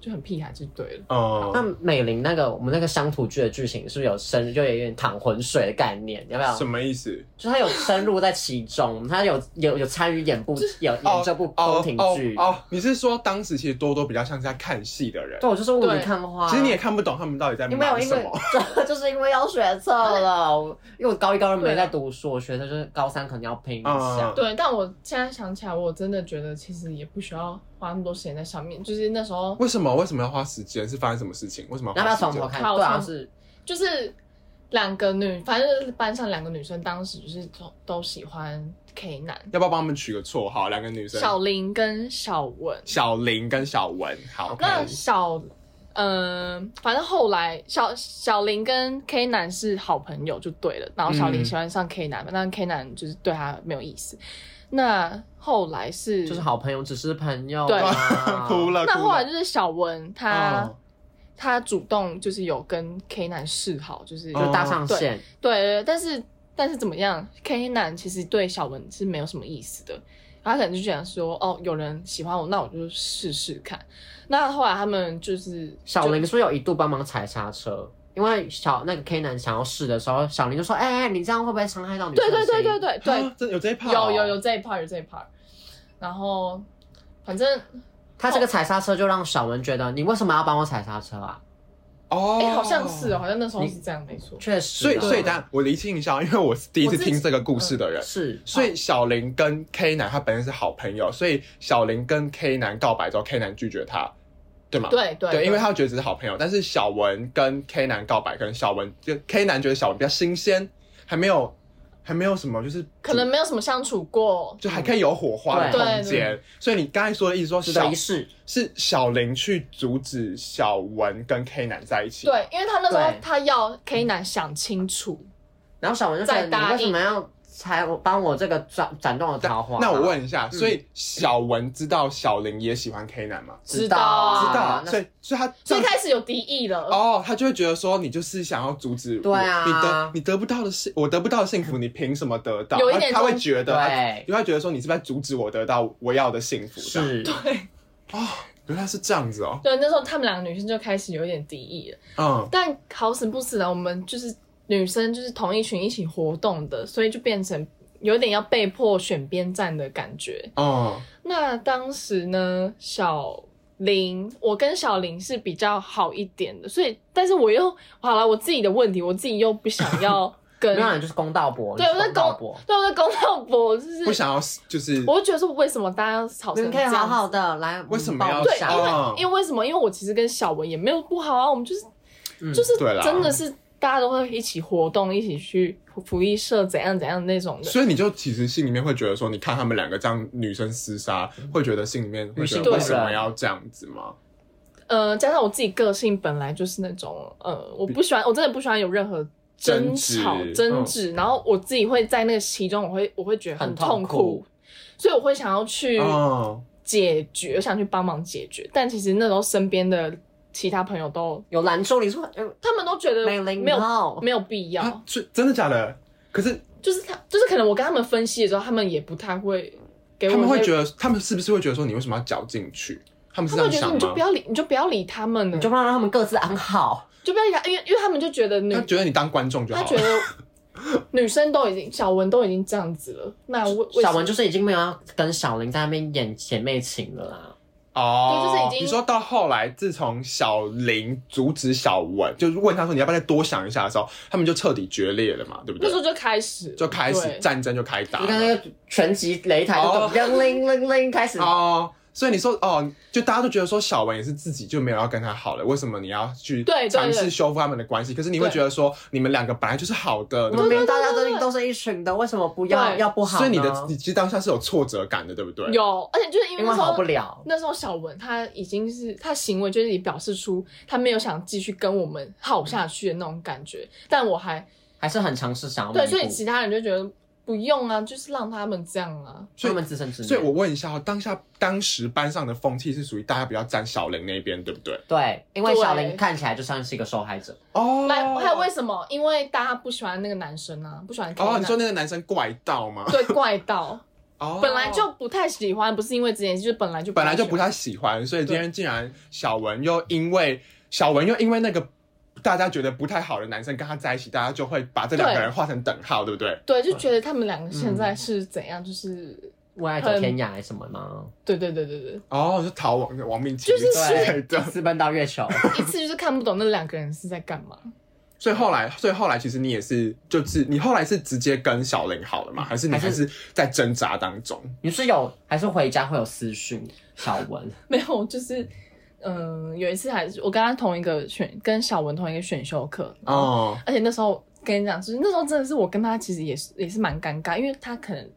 [SPEAKER 2] 就很屁孩就对了。
[SPEAKER 1] 那
[SPEAKER 4] 嗯，
[SPEAKER 1] 美玲那个我们那个乡土剧的剧情是不是有深就有点淌浑水的概念？有没有？
[SPEAKER 4] 什么意思？
[SPEAKER 1] 就是他有深入在其中，他有有有参与演部有演这部宫廷剧。
[SPEAKER 4] 哦，你是说当时其实多多比较像是在看戏的人，
[SPEAKER 1] 对，我就是雾里
[SPEAKER 2] 对
[SPEAKER 1] 看花。
[SPEAKER 4] 其实你也看不懂他们到底在
[SPEAKER 1] 因为我
[SPEAKER 4] 忙
[SPEAKER 1] 因
[SPEAKER 4] 什
[SPEAKER 1] 为
[SPEAKER 4] 么。
[SPEAKER 1] 就是因为要学测了，我因为我高一高二
[SPEAKER 2] 啊
[SPEAKER 1] 没在读书，我学测就是高三可能要拼一下
[SPEAKER 4] 嗯。
[SPEAKER 2] 对，但我现在想起来，我真的觉得其实也不需要花那么多时间在上面。就是那时候，
[SPEAKER 4] 为什么？为什么要花时间？是发生什么事情？为什么
[SPEAKER 1] 要不
[SPEAKER 4] 花
[SPEAKER 1] 要
[SPEAKER 4] 时
[SPEAKER 1] 从
[SPEAKER 4] 间
[SPEAKER 1] 头？看？
[SPEAKER 2] 好
[SPEAKER 1] 对啊，
[SPEAKER 2] 从
[SPEAKER 1] 是
[SPEAKER 2] 就是两个女，反正就是班上两个女生，当时就是都都喜欢 K 男，
[SPEAKER 4] 要不要帮他们取个绰号？两个女生，
[SPEAKER 2] 小林跟小文。
[SPEAKER 4] 小林跟小文。好，
[SPEAKER 2] 那
[SPEAKER 4] OK
[SPEAKER 2] 小，嗯、反正后来小小林跟 K 男是好朋友就对了，然后小林
[SPEAKER 4] 嗯
[SPEAKER 2] 喜欢上 K 男嘛，但 K 男就是对他没有意思。那后来是
[SPEAKER 1] 就是，好朋友，只是朋友
[SPEAKER 2] 对
[SPEAKER 1] 啊。
[SPEAKER 4] 哭了。
[SPEAKER 2] 那
[SPEAKER 4] 哭
[SPEAKER 2] 后来
[SPEAKER 4] 了
[SPEAKER 2] 就是小文他、
[SPEAKER 4] 哦
[SPEAKER 2] 他主动就是有跟 K 男示好，就是、
[SPEAKER 1] 就搭上
[SPEAKER 2] 对
[SPEAKER 1] 线，
[SPEAKER 2] 对，但是但是怎么样，K 男其实对小文是没有什么意思的，他可能就想说，哦，有人喜欢我，那我就试试看。那后来他们就是
[SPEAKER 1] 小
[SPEAKER 2] 就
[SPEAKER 1] 林是不是有一度帮忙踩刹车？因为小那个 K 男想要试的时候，小林就说：“哎、哎，你这样会不会伤害到女生
[SPEAKER 2] 对
[SPEAKER 1] 的
[SPEAKER 2] 对
[SPEAKER 1] 声音？”
[SPEAKER 2] 对对对对
[SPEAKER 4] 啊，真的有这一趴、
[SPEAKER 2] 有有有。这一 part 有这一 part，然后反正
[SPEAKER 1] 他
[SPEAKER 2] 哦
[SPEAKER 1] 这个踩刹车就让小文觉得你为什么要帮我踩刹车啊？
[SPEAKER 4] 哦，
[SPEAKER 2] 哎、好像是哦，。好像那时候是这样，没错。
[SPEAKER 1] 确实啊，
[SPEAKER 4] 所以，所以，但我厘清一下，因为我是第一次
[SPEAKER 2] 我自己嗯
[SPEAKER 4] 听这个故事的人。
[SPEAKER 1] 是
[SPEAKER 4] 所以小林跟 K 男他本身是好朋友，所以小林跟 K 男告白之后，K 男拒绝他，对吗？
[SPEAKER 2] 对对
[SPEAKER 4] 因为他觉得只是好朋友，但是小文跟 K 男告白，可能小文就 K 男觉得小文比较新鲜，还没有还没有什么，就是
[SPEAKER 2] 可能没有什么相处过，
[SPEAKER 4] 就还可以有火花的
[SPEAKER 1] 对
[SPEAKER 4] 空间。所以你刚才说的意思说是
[SPEAKER 1] 值得
[SPEAKER 4] 小
[SPEAKER 1] 一试。
[SPEAKER 4] 是小林去阻止小文跟 K 男在一起，
[SPEAKER 2] 对，因为他那时候
[SPEAKER 1] 对
[SPEAKER 2] 他要 K 男想清楚，
[SPEAKER 1] 然后小文就觉得
[SPEAKER 2] 再答
[SPEAKER 1] 你为什
[SPEAKER 2] 应
[SPEAKER 1] 么要踩我帮我这个斩斩断我的
[SPEAKER 4] 但。
[SPEAKER 1] 桃花？
[SPEAKER 4] 那我问一下，
[SPEAKER 1] 嗯
[SPEAKER 4] 所以小文知道小林也喜欢 K 男吗？
[SPEAKER 1] 知
[SPEAKER 2] 道啊
[SPEAKER 1] 啊，
[SPEAKER 4] 知道啊，
[SPEAKER 1] 那
[SPEAKER 4] 所以所以他
[SPEAKER 2] 所以开始有敌意了。
[SPEAKER 4] 哦，他就会觉得说你就是想要阻止我，
[SPEAKER 1] 对啊
[SPEAKER 4] 你得你得不到的幸，我得不到的幸福，你凭什么得到？
[SPEAKER 2] 有一点
[SPEAKER 4] 他他会
[SPEAKER 2] 中
[SPEAKER 4] 觉得，
[SPEAKER 1] 对
[SPEAKER 4] 他他会觉得说你是不是在阻止我得到我要的幸福？这样
[SPEAKER 1] 是
[SPEAKER 2] 对
[SPEAKER 4] 哦，原来是这样子哦，
[SPEAKER 2] 对，那时候他们两个女生就开始有一点敌意了。
[SPEAKER 4] 嗯，
[SPEAKER 2] 但好死不死呢，我们就是女生就是同一群一起活动的，所以就变成有点要被迫选边站的感觉。
[SPEAKER 4] 哦，
[SPEAKER 2] 那当时呢，小林，我跟小林是 比较好一点的，所以，但是我又好了，我自己的问题，我自己又不想要跟
[SPEAKER 1] 没有，你就是公道博，
[SPEAKER 2] 嗯对，
[SPEAKER 1] 你
[SPEAKER 2] 我
[SPEAKER 1] 就
[SPEAKER 2] 在
[SPEAKER 1] 是道
[SPEAKER 2] 公
[SPEAKER 1] 博，，
[SPEAKER 2] 对，我在公道博，就是
[SPEAKER 4] 不想要就是
[SPEAKER 2] 我就觉得说，为什么大家要吵
[SPEAKER 1] 你
[SPEAKER 2] 成
[SPEAKER 1] 们可
[SPEAKER 2] 这
[SPEAKER 1] 以
[SPEAKER 2] 样子？
[SPEAKER 1] 好好的来，
[SPEAKER 4] 为什么要
[SPEAKER 1] 对
[SPEAKER 2] 对，
[SPEAKER 4] 想
[SPEAKER 2] 因为、
[SPEAKER 4] 哦
[SPEAKER 2] 因为为什么？因为我其实跟小文也没有不好啊，我们就是、
[SPEAKER 1] 嗯
[SPEAKER 2] 就是
[SPEAKER 4] 对啦
[SPEAKER 2] 真的是大家都会一起活动，一起去福利社怎样怎样那种的。
[SPEAKER 4] 所以你就其实心里面会觉得说，你看他们两个这样女生厮杀，会觉得心里面会觉
[SPEAKER 1] 女
[SPEAKER 4] 得
[SPEAKER 1] 性
[SPEAKER 4] 为什么
[SPEAKER 1] 对
[SPEAKER 4] 要这样子吗？
[SPEAKER 2] 呃，加上我自己个性本来就是那种，呃，我不喜欢，我真的不喜欢有任何争吵
[SPEAKER 4] 争执、嗯
[SPEAKER 2] 争执，然后我自己会在那个其中，我会我会觉得
[SPEAKER 1] 很
[SPEAKER 2] 痛
[SPEAKER 1] 痛苦
[SPEAKER 2] 所以我会想要去
[SPEAKER 4] 哦，
[SPEAKER 2] 解决，我想去帮忙解决，但其实那时候身边的其他朋友都，
[SPEAKER 1] 有拦住你说，哎
[SPEAKER 2] 他们都觉得
[SPEAKER 1] 美玲
[SPEAKER 2] 呃没有
[SPEAKER 1] no
[SPEAKER 2] 没有必要，
[SPEAKER 4] 啊，是真的假的？可是
[SPEAKER 2] 就是他就是可能我跟他们分析的时候，他们也不太会给我
[SPEAKER 4] 他们会
[SPEAKER 2] 那
[SPEAKER 4] 觉得，他们是不是会觉得说，你为什么要搅进去？他们是
[SPEAKER 2] 他
[SPEAKER 4] 这
[SPEAKER 2] 们
[SPEAKER 4] 样想
[SPEAKER 2] 会觉得你就
[SPEAKER 4] 吗
[SPEAKER 2] 不？要理，你就不要理他们了，
[SPEAKER 1] 你就不要让他们各自安好，
[SPEAKER 2] 就不要理他，因为因为他们就觉得女
[SPEAKER 4] 他觉得你当观众就
[SPEAKER 2] 他
[SPEAKER 4] 好
[SPEAKER 2] 觉
[SPEAKER 4] 了。
[SPEAKER 2] 得女生都已经小文都已经这样子了，那为为什
[SPEAKER 1] 小
[SPEAKER 2] 么
[SPEAKER 1] 文就是已经没有要跟小林在那边演姐妹情了啦。
[SPEAKER 4] 哦，
[SPEAKER 2] 对就是已经
[SPEAKER 4] 你说到后来，自从小林阻止小文，就是问他说你要不要再多想一下的时候，他们就彻底决裂了嘛，对不
[SPEAKER 2] 那
[SPEAKER 4] 对
[SPEAKER 2] 时？候就开始
[SPEAKER 4] 就开始
[SPEAKER 2] 对
[SPEAKER 4] 战争就开打
[SPEAKER 1] 你
[SPEAKER 4] 了。
[SPEAKER 1] 看那个拳击擂台
[SPEAKER 4] 哦
[SPEAKER 1] 就咚铃铃铃开始，
[SPEAKER 4] 哦，所以你说哦，就大家都觉得说小文也是自己就没有要跟他好了，为什么你要去
[SPEAKER 2] 对对
[SPEAKER 4] 尝
[SPEAKER 2] 对
[SPEAKER 4] 试修复他们的关系？可是你会
[SPEAKER 2] 对
[SPEAKER 4] 觉得说你们两个本来就是好的，
[SPEAKER 1] 我
[SPEAKER 4] 你们
[SPEAKER 1] 们明明
[SPEAKER 2] 对
[SPEAKER 1] 大家
[SPEAKER 2] 对对
[SPEAKER 1] 都都是一群的，为什么不要
[SPEAKER 2] 对
[SPEAKER 1] 要不好呢？
[SPEAKER 4] 所以你的你其实当下是有挫折感的，对不对？
[SPEAKER 2] 有，而且就是因为
[SPEAKER 1] 因
[SPEAKER 2] 那
[SPEAKER 1] 为
[SPEAKER 2] 时候
[SPEAKER 1] 好不了，
[SPEAKER 2] 那时候小文他已经是他行为就是也表示出他没有想继续跟我们耗下去的那种感觉，但我还
[SPEAKER 1] 还是很尝试想要弥
[SPEAKER 2] 对，
[SPEAKER 1] 补
[SPEAKER 2] 所以其他人就觉得不用啊，就是让他们这样啊。
[SPEAKER 1] 他们自生自灭。
[SPEAKER 4] 所以我问一下哦，当下当时班上的风气是属于大家比较站小林那边，对不对？
[SPEAKER 1] 对，因为
[SPEAKER 2] 对
[SPEAKER 1] 小林看起来就像是一个受害者，
[SPEAKER 4] 哦，
[SPEAKER 2] 来，还有为什么？因为大家不喜欢那个男生啊，不喜欢 K
[SPEAKER 4] 哦，
[SPEAKER 2] 男
[SPEAKER 4] 你说那个男生怪盗吗？
[SPEAKER 2] 对怪盗，
[SPEAKER 4] 哦，
[SPEAKER 2] 本来就不太喜欢，不是因为这件事，就是本来就
[SPEAKER 4] 本来就
[SPEAKER 2] 喜
[SPEAKER 4] 不
[SPEAKER 2] 欢
[SPEAKER 4] 太喜欢，所以今天竟然小文又因为小文又因为那个大家觉得不太好的男生跟他在一起，大家就会把这两个人画成等号，对不对？
[SPEAKER 2] 对，就觉得他们两个现在是怎样，就是
[SPEAKER 1] 为爱走天涯还是什么 吗？
[SPEAKER 2] 对对对对 对，
[SPEAKER 4] 哦，就逃亡亡命情侣
[SPEAKER 2] 就是
[SPEAKER 4] 之类的。
[SPEAKER 1] 私奔到月球，
[SPEAKER 2] 一次就是看不懂那两个人是在干嘛。
[SPEAKER 4] 所以后来，所以后来其实你也是，就是你后来是直接跟小林好了
[SPEAKER 2] 嗯
[SPEAKER 4] 嘛，还是你还
[SPEAKER 1] 还是
[SPEAKER 4] 是在挣扎当中？
[SPEAKER 1] 你是有还是回家会有私讯小 文？
[SPEAKER 2] 没有，就是嗯、有一次还是我跟他同一个选，跟小文同一个选修课，
[SPEAKER 4] 哦，
[SPEAKER 2] 而且那时候跟你讲，就是那时候真的是我跟他其实也是也是蛮尴尬，因为他可能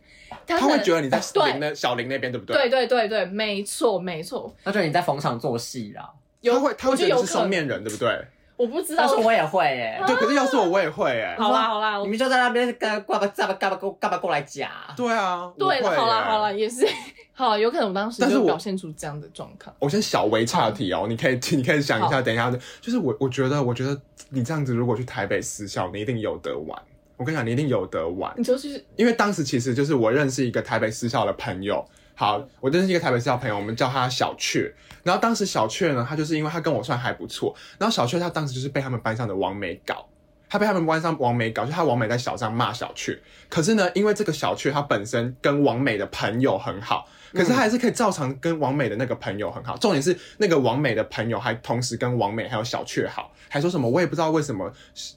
[SPEAKER 2] 他
[SPEAKER 4] 他
[SPEAKER 2] 可
[SPEAKER 4] 会
[SPEAKER 2] 能
[SPEAKER 4] 觉得你在林
[SPEAKER 2] 对
[SPEAKER 4] 那小林那边，对不对？
[SPEAKER 2] 对对对对，没错没错，
[SPEAKER 1] 他觉得你在逢场作戏啦。
[SPEAKER 4] 他会他会
[SPEAKER 2] 我觉
[SPEAKER 4] 觉
[SPEAKER 2] 得
[SPEAKER 4] 得
[SPEAKER 2] 有
[SPEAKER 4] 你是
[SPEAKER 2] 可
[SPEAKER 4] 双面人，对不对？
[SPEAKER 2] 我不知道
[SPEAKER 1] 但是。我也啊会 耶，
[SPEAKER 4] 对，可是要是我，我也会哎。
[SPEAKER 2] 好啦好啦，我
[SPEAKER 1] 你们就在那边干干嘛干嘛干嘛干嘛干嘛过来夹？
[SPEAKER 4] 对啊，
[SPEAKER 2] 对
[SPEAKER 4] 我会
[SPEAKER 2] 好啦
[SPEAKER 4] 耶
[SPEAKER 2] 好啦，也是 好啦，有可能我当时
[SPEAKER 4] 但是
[SPEAKER 2] 就
[SPEAKER 4] 我
[SPEAKER 2] 表现出这样的状况。
[SPEAKER 4] 我先小微岔题
[SPEAKER 2] 嗯
[SPEAKER 4] 哦，你可以 你可以想一下，等一下，就是我我觉得我觉得你这样子，如果去台北私校，你一定有得玩。我跟你讲，你一定有得玩，
[SPEAKER 2] 你就是
[SPEAKER 4] 因为当时其实就是我认识一个台北私校的朋友。好，我认识一个台北私校朋友，我们叫他小雀。然后当时小雀呢，他就是因为他跟我算还不错，然后小雀他当时就是被他们班上的王美搞，他被他们班上王美搞，就他王美在小上骂小雀。可是呢，因为这个小雀他本身跟王美的朋友很好，可是他还是可以照常跟王美的那个朋友很好。重点是那个王美的朋友还同时跟王美还有小雀好，还说什么我也不知道为什么，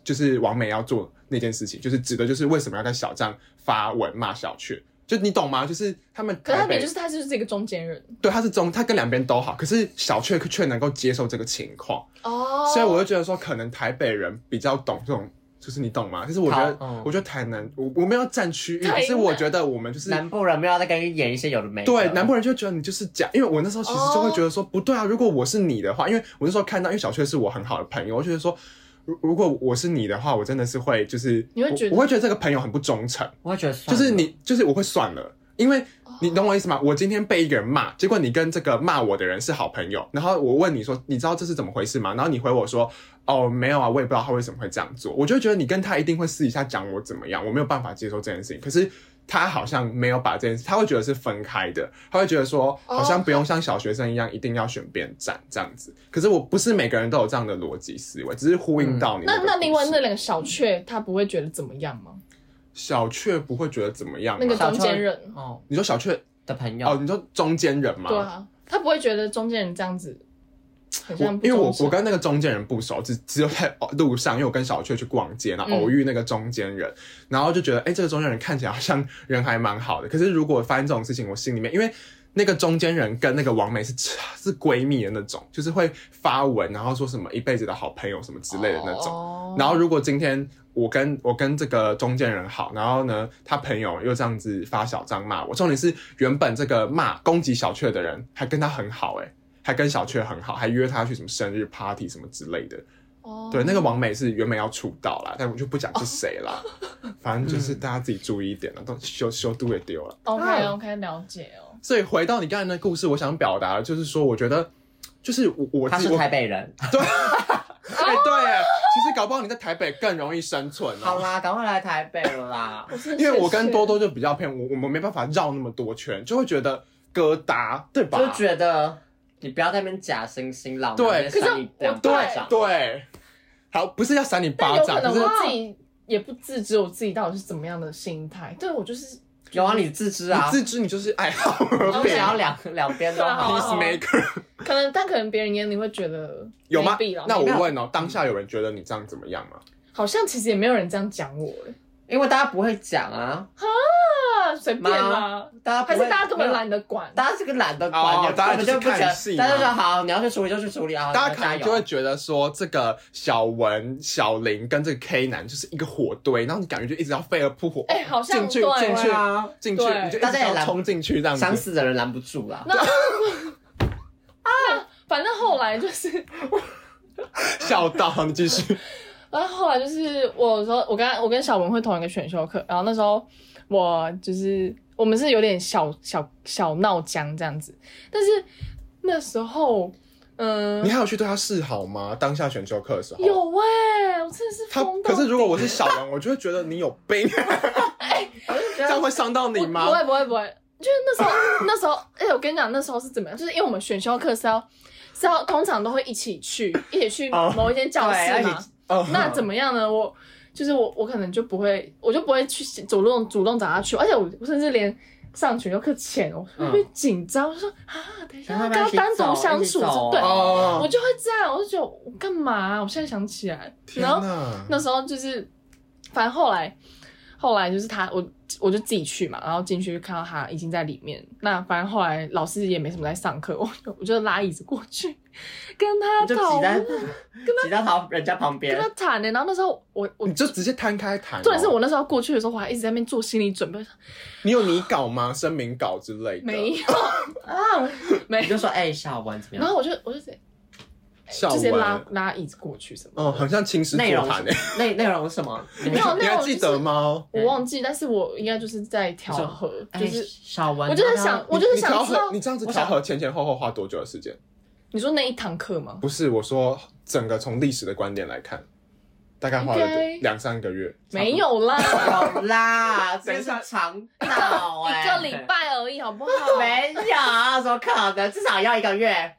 [SPEAKER 4] 就是王美要做那件事情，就是指的就是为什么要在小站发文骂小雀。就你懂吗？就是他们
[SPEAKER 2] 可是
[SPEAKER 4] 台
[SPEAKER 2] 他
[SPEAKER 4] 北
[SPEAKER 2] 本就是他就是这个中间人
[SPEAKER 4] 对，他是中，他跟两边都好，可是小雀却能够接受这个情况，
[SPEAKER 2] 哦
[SPEAKER 4] 所以我就觉得说，可能台北人比较懂这种，就是你懂吗？就是我觉得，
[SPEAKER 1] 好嗯
[SPEAKER 4] 我觉得台南，我我没有占区域，
[SPEAKER 2] 台南
[SPEAKER 4] 可是我觉得我们就是。
[SPEAKER 1] 南部人没有在跟你演一些有的没的。
[SPEAKER 4] 对，南部人就觉得你就是假，因为我那时候其实就会觉得说、不对啊，如果我是你的话，因为我那时候看到，因为小雀是我很好的朋友，我就觉得说，如如果我是你的话，我真的是会就是，
[SPEAKER 2] 你会觉得
[SPEAKER 4] 我我会觉得这个朋友很不忠诚，
[SPEAKER 1] 我会觉得算
[SPEAKER 4] 就
[SPEAKER 1] 了
[SPEAKER 4] 是你，就是我会算了，因为
[SPEAKER 2] 哦
[SPEAKER 4] 你懂我意思吗？我今天被一个人骂，结果你跟这个骂我的人是好朋友，然后我问你说，你知道这是怎么回事吗？然后你回我说，哦，没有啊，我也不知道他为什么会这样做。我就觉得你跟他一定会私底下讲我怎么样，我没有办法接受这件事情。可是他好像没有把这件事，他会觉得是分开的，他会觉得说，
[SPEAKER 2] 哦
[SPEAKER 4] 好像不用像小学生一样一定要选边站这样子。可是我不是每个人都有这样的逻辑思维，只是呼
[SPEAKER 1] 嗯
[SPEAKER 4] 应到你
[SPEAKER 2] 那
[SPEAKER 4] 个
[SPEAKER 2] 那另
[SPEAKER 4] 故
[SPEAKER 2] 外
[SPEAKER 4] 事
[SPEAKER 2] 那两个小雀，他不会觉得怎么样吗？
[SPEAKER 4] 小雀不会觉得怎么样吗？
[SPEAKER 2] 那个
[SPEAKER 1] 小
[SPEAKER 2] 中
[SPEAKER 1] 雀
[SPEAKER 2] 间人，
[SPEAKER 1] 哦
[SPEAKER 4] 你说小雀
[SPEAKER 1] 的朋友
[SPEAKER 4] 哦
[SPEAKER 2] 啊
[SPEAKER 4] 哦，你说中间人吗？
[SPEAKER 2] 对啊，他不会觉得中间人这样子很
[SPEAKER 4] 我
[SPEAKER 2] 像不
[SPEAKER 4] 因为我
[SPEAKER 2] 忠诚
[SPEAKER 4] 我跟那个中间人不熟，只 只有在路上，因为我跟小雀去逛街，
[SPEAKER 2] 嗯
[SPEAKER 4] 然后偶遇那个中间人，然后就觉得，哎、这个中间人看起来好像人还蛮好的。可是如果发生这种事情，我心里面因为。那个中间人跟那个王梅是是闺蜜的那种，就是会发文，然后说什么一辈子的好朋友什么之类的那种。
[SPEAKER 2] 哦
[SPEAKER 4] 然后如果今天我跟我跟这个中间人好，然后呢，他朋友又这样子发小张骂我，重点是原本这个骂攻击小雀的人还跟他很好、欸，还跟小雀很好，还约他去什么生日 party 什么之类的。
[SPEAKER 2] 哦
[SPEAKER 4] 对，那个王美是原本要出道啦，但我就不讲是谁 啦，反正就是大家自己注意一点了，都修修度也丢了。
[SPEAKER 2] OK OK 哦了解哦。
[SPEAKER 4] 所以回到你刚才那故事，我想表达的就是说，我觉得就是我我
[SPEAKER 1] 他
[SPEAKER 4] 自己
[SPEAKER 1] 是
[SPEAKER 4] 我
[SPEAKER 1] 台北人。
[SPEAKER 4] 对，哎、对耶，其实搞不好你在台北更容易生存、哦。
[SPEAKER 1] 好啦，赶快来台北了 啦！
[SPEAKER 4] 因为我跟多多就比较偏，我我们没办法绕那么多圈，就会觉得疙瘩，对吧？
[SPEAKER 1] 就觉得你不要在那边假惺惺浪，
[SPEAKER 4] 对
[SPEAKER 1] 然后在那边扇你啊两巴
[SPEAKER 4] 对
[SPEAKER 1] 掌。
[SPEAKER 4] 对，好，不是要扇你
[SPEAKER 2] 但
[SPEAKER 4] 巴
[SPEAKER 2] 有可
[SPEAKER 4] 掌，
[SPEAKER 2] 能
[SPEAKER 4] 就是
[SPEAKER 2] 我自己也不自知我自己到底是怎么样的心态。对我就是
[SPEAKER 1] 有啊，你自知啊，
[SPEAKER 4] 你自知你就是爱好
[SPEAKER 1] 我
[SPEAKER 4] 和
[SPEAKER 1] 想
[SPEAKER 4] 平
[SPEAKER 1] 要哦两两边都
[SPEAKER 2] 好啊
[SPEAKER 1] 好。
[SPEAKER 2] 好啊
[SPEAKER 4] peacemaker，
[SPEAKER 2] 可能，但可能别人眼里会觉得
[SPEAKER 4] 有吗
[SPEAKER 2] maybe 啦？
[SPEAKER 4] 那我
[SPEAKER 2] maybe 啦
[SPEAKER 4] 问哦，当下有人觉得你这样怎么样吗？
[SPEAKER 2] 好像其实也没有人这样讲我欸，
[SPEAKER 1] 因为大家不会讲啊，
[SPEAKER 2] 啊，随便啦，
[SPEAKER 1] 大家不
[SPEAKER 2] 还
[SPEAKER 1] 会
[SPEAKER 2] 是大家根本，
[SPEAKER 1] 没
[SPEAKER 2] 懒得管
[SPEAKER 1] 有。大家是个懒得
[SPEAKER 4] 哦
[SPEAKER 1] 管，也
[SPEAKER 4] 大家
[SPEAKER 1] 根本
[SPEAKER 4] 就是
[SPEAKER 1] 不觉
[SPEAKER 4] 看戏嘛
[SPEAKER 1] 得，大家就说好，你要去处理就去处理啊，
[SPEAKER 4] 大家可
[SPEAKER 1] 加
[SPEAKER 4] 能
[SPEAKER 1] 油
[SPEAKER 4] 就会觉得说，这个小文、小林跟这个 K 男就是一个火堆，然后你感觉就一直要飞蛾扑火，
[SPEAKER 2] 哎好像
[SPEAKER 4] 进去
[SPEAKER 2] 对
[SPEAKER 4] 进去
[SPEAKER 1] 对啊
[SPEAKER 4] 进去，
[SPEAKER 2] 对
[SPEAKER 4] 你就一
[SPEAKER 1] 大
[SPEAKER 4] 直
[SPEAKER 1] 家也
[SPEAKER 4] 要
[SPEAKER 1] 懒
[SPEAKER 4] 冲进去这样
[SPEAKER 1] 想
[SPEAKER 4] 子。
[SPEAKER 1] 死的人拦不住啦。
[SPEAKER 2] 那 啊，反正后来就是，
[SPEAKER 4] 笑到你继续，
[SPEAKER 2] 然后后来就是，我说我跟他我跟小文会同一个选修课，然后那时候我就是我们是有点小小小闹僵这样子，但是那时候，嗯、
[SPEAKER 4] 你还有去对他示好吗？当下选修课的时候，
[SPEAKER 2] 有哎、我真的是
[SPEAKER 4] 他
[SPEAKER 2] 疯到
[SPEAKER 4] 可是如果我是小人，我就会觉得你有 病，这
[SPEAKER 2] 啊
[SPEAKER 4] 样会伤到你吗
[SPEAKER 2] 不？会不会不会，就是那时候那时候，哎、我跟你讲那时候是怎么样，就是因为我们选修课是要是要通常都会一起去一起去
[SPEAKER 4] 哦
[SPEAKER 2] 某一间教室
[SPEAKER 1] 对要一
[SPEAKER 2] 嘛
[SPEAKER 1] 起，
[SPEAKER 4] 哦
[SPEAKER 2] 那怎么样呢？我就是我我可能就不会，我就不会去主动主动找他去，而且我我甚至连。上选修课前，我会
[SPEAKER 1] 嗯
[SPEAKER 2] 不会紧张？我说啊，等一下
[SPEAKER 1] 然后
[SPEAKER 2] 要
[SPEAKER 1] 他
[SPEAKER 2] 跟
[SPEAKER 1] 们
[SPEAKER 2] 他
[SPEAKER 1] 一起
[SPEAKER 2] 单独
[SPEAKER 1] 走
[SPEAKER 2] 相
[SPEAKER 1] 一起
[SPEAKER 2] 处，
[SPEAKER 1] 走
[SPEAKER 2] 对，
[SPEAKER 4] 哦
[SPEAKER 2] 我就会这样，我就觉得我干嘛啊、我现在想起来，
[SPEAKER 4] 天
[SPEAKER 2] 然后
[SPEAKER 4] 哪！
[SPEAKER 2] 那时候就是，反正后来后来就是他我我就自己去嘛，然后进去就看到他已经在里面。那反正后来老师也没什么在上课，我 就我就拉椅子过去跟他
[SPEAKER 1] 你就
[SPEAKER 2] 讨
[SPEAKER 1] 挤在
[SPEAKER 2] 论，
[SPEAKER 1] 挤到他人家旁边
[SPEAKER 2] 跟，他谈的、欸然后那时候我我
[SPEAKER 4] 你。就直接摊开谈哦。
[SPEAKER 2] 重点是我那时候过去的时候，我还一直在那边做心理准备，
[SPEAKER 4] 你有拟稿吗？声明稿之类的？
[SPEAKER 2] 没有，
[SPEAKER 1] 你就说哎，小文怎么
[SPEAKER 2] 然
[SPEAKER 1] 样？
[SPEAKER 2] 后我就我就直接
[SPEAKER 4] 小
[SPEAKER 2] 就直接拉
[SPEAKER 4] 文，
[SPEAKER 2] 拉椅子过去什么的，
[SPEAKER 4] 哦，很像青石座
[SPEAKER 1] 内 容
[SPEAKER 4] 谈诶，欸
[SPEAKER 1] 内内容是什么？你
[SPEAKER 2] 没有
[SPEAKER 4] 你
[SPEAKER 2] 内容
[SPEAKER 4] 还
[SPEAKER 2] 就是
[SPEAKER 4] 记得吗？
[SPEAKER 2] 我忘记，但是我应该就是在调
[SPEAKER 1] 说
[SPEAKER 2] 和，
[SPEAKER 1] 哎
[SPEAKER 2] 就是
[SPEAKER 1] 小文，
[SPEAKER 2] 我就在
[SPEAKER 1] 你要不要
[SPEAKER 2] 想我就是
[SPEAKER 4] 你
[SPEAKER 2] 想
[SPEAKER 4] 调
[SPEAKER 2] 知道
[SPEAKER 4] 和，你这样子
[SPEAKER 1] 我
[SPEAKER 4] 调
[SPEAKER 1] 想
[SPEAKER 4] 和前前后后花多久的时间？
[SPEAKER 2] 你说那一堂课吗？
[SPEAKER 4] 不是，我说整个从历史的观点来看，大概花了
[SPEAKER 2] OK
[SPEAKER 4] 两三个月。
[SPEAKER 2] 没有 啦，
[SPEAKER 1] 有 啦，这是长岛哎、
[SPEAKER 2] 一个礼拜而已，好不好？
[SPEAKER 1] 没有，怎啊么可能？至少要一个月。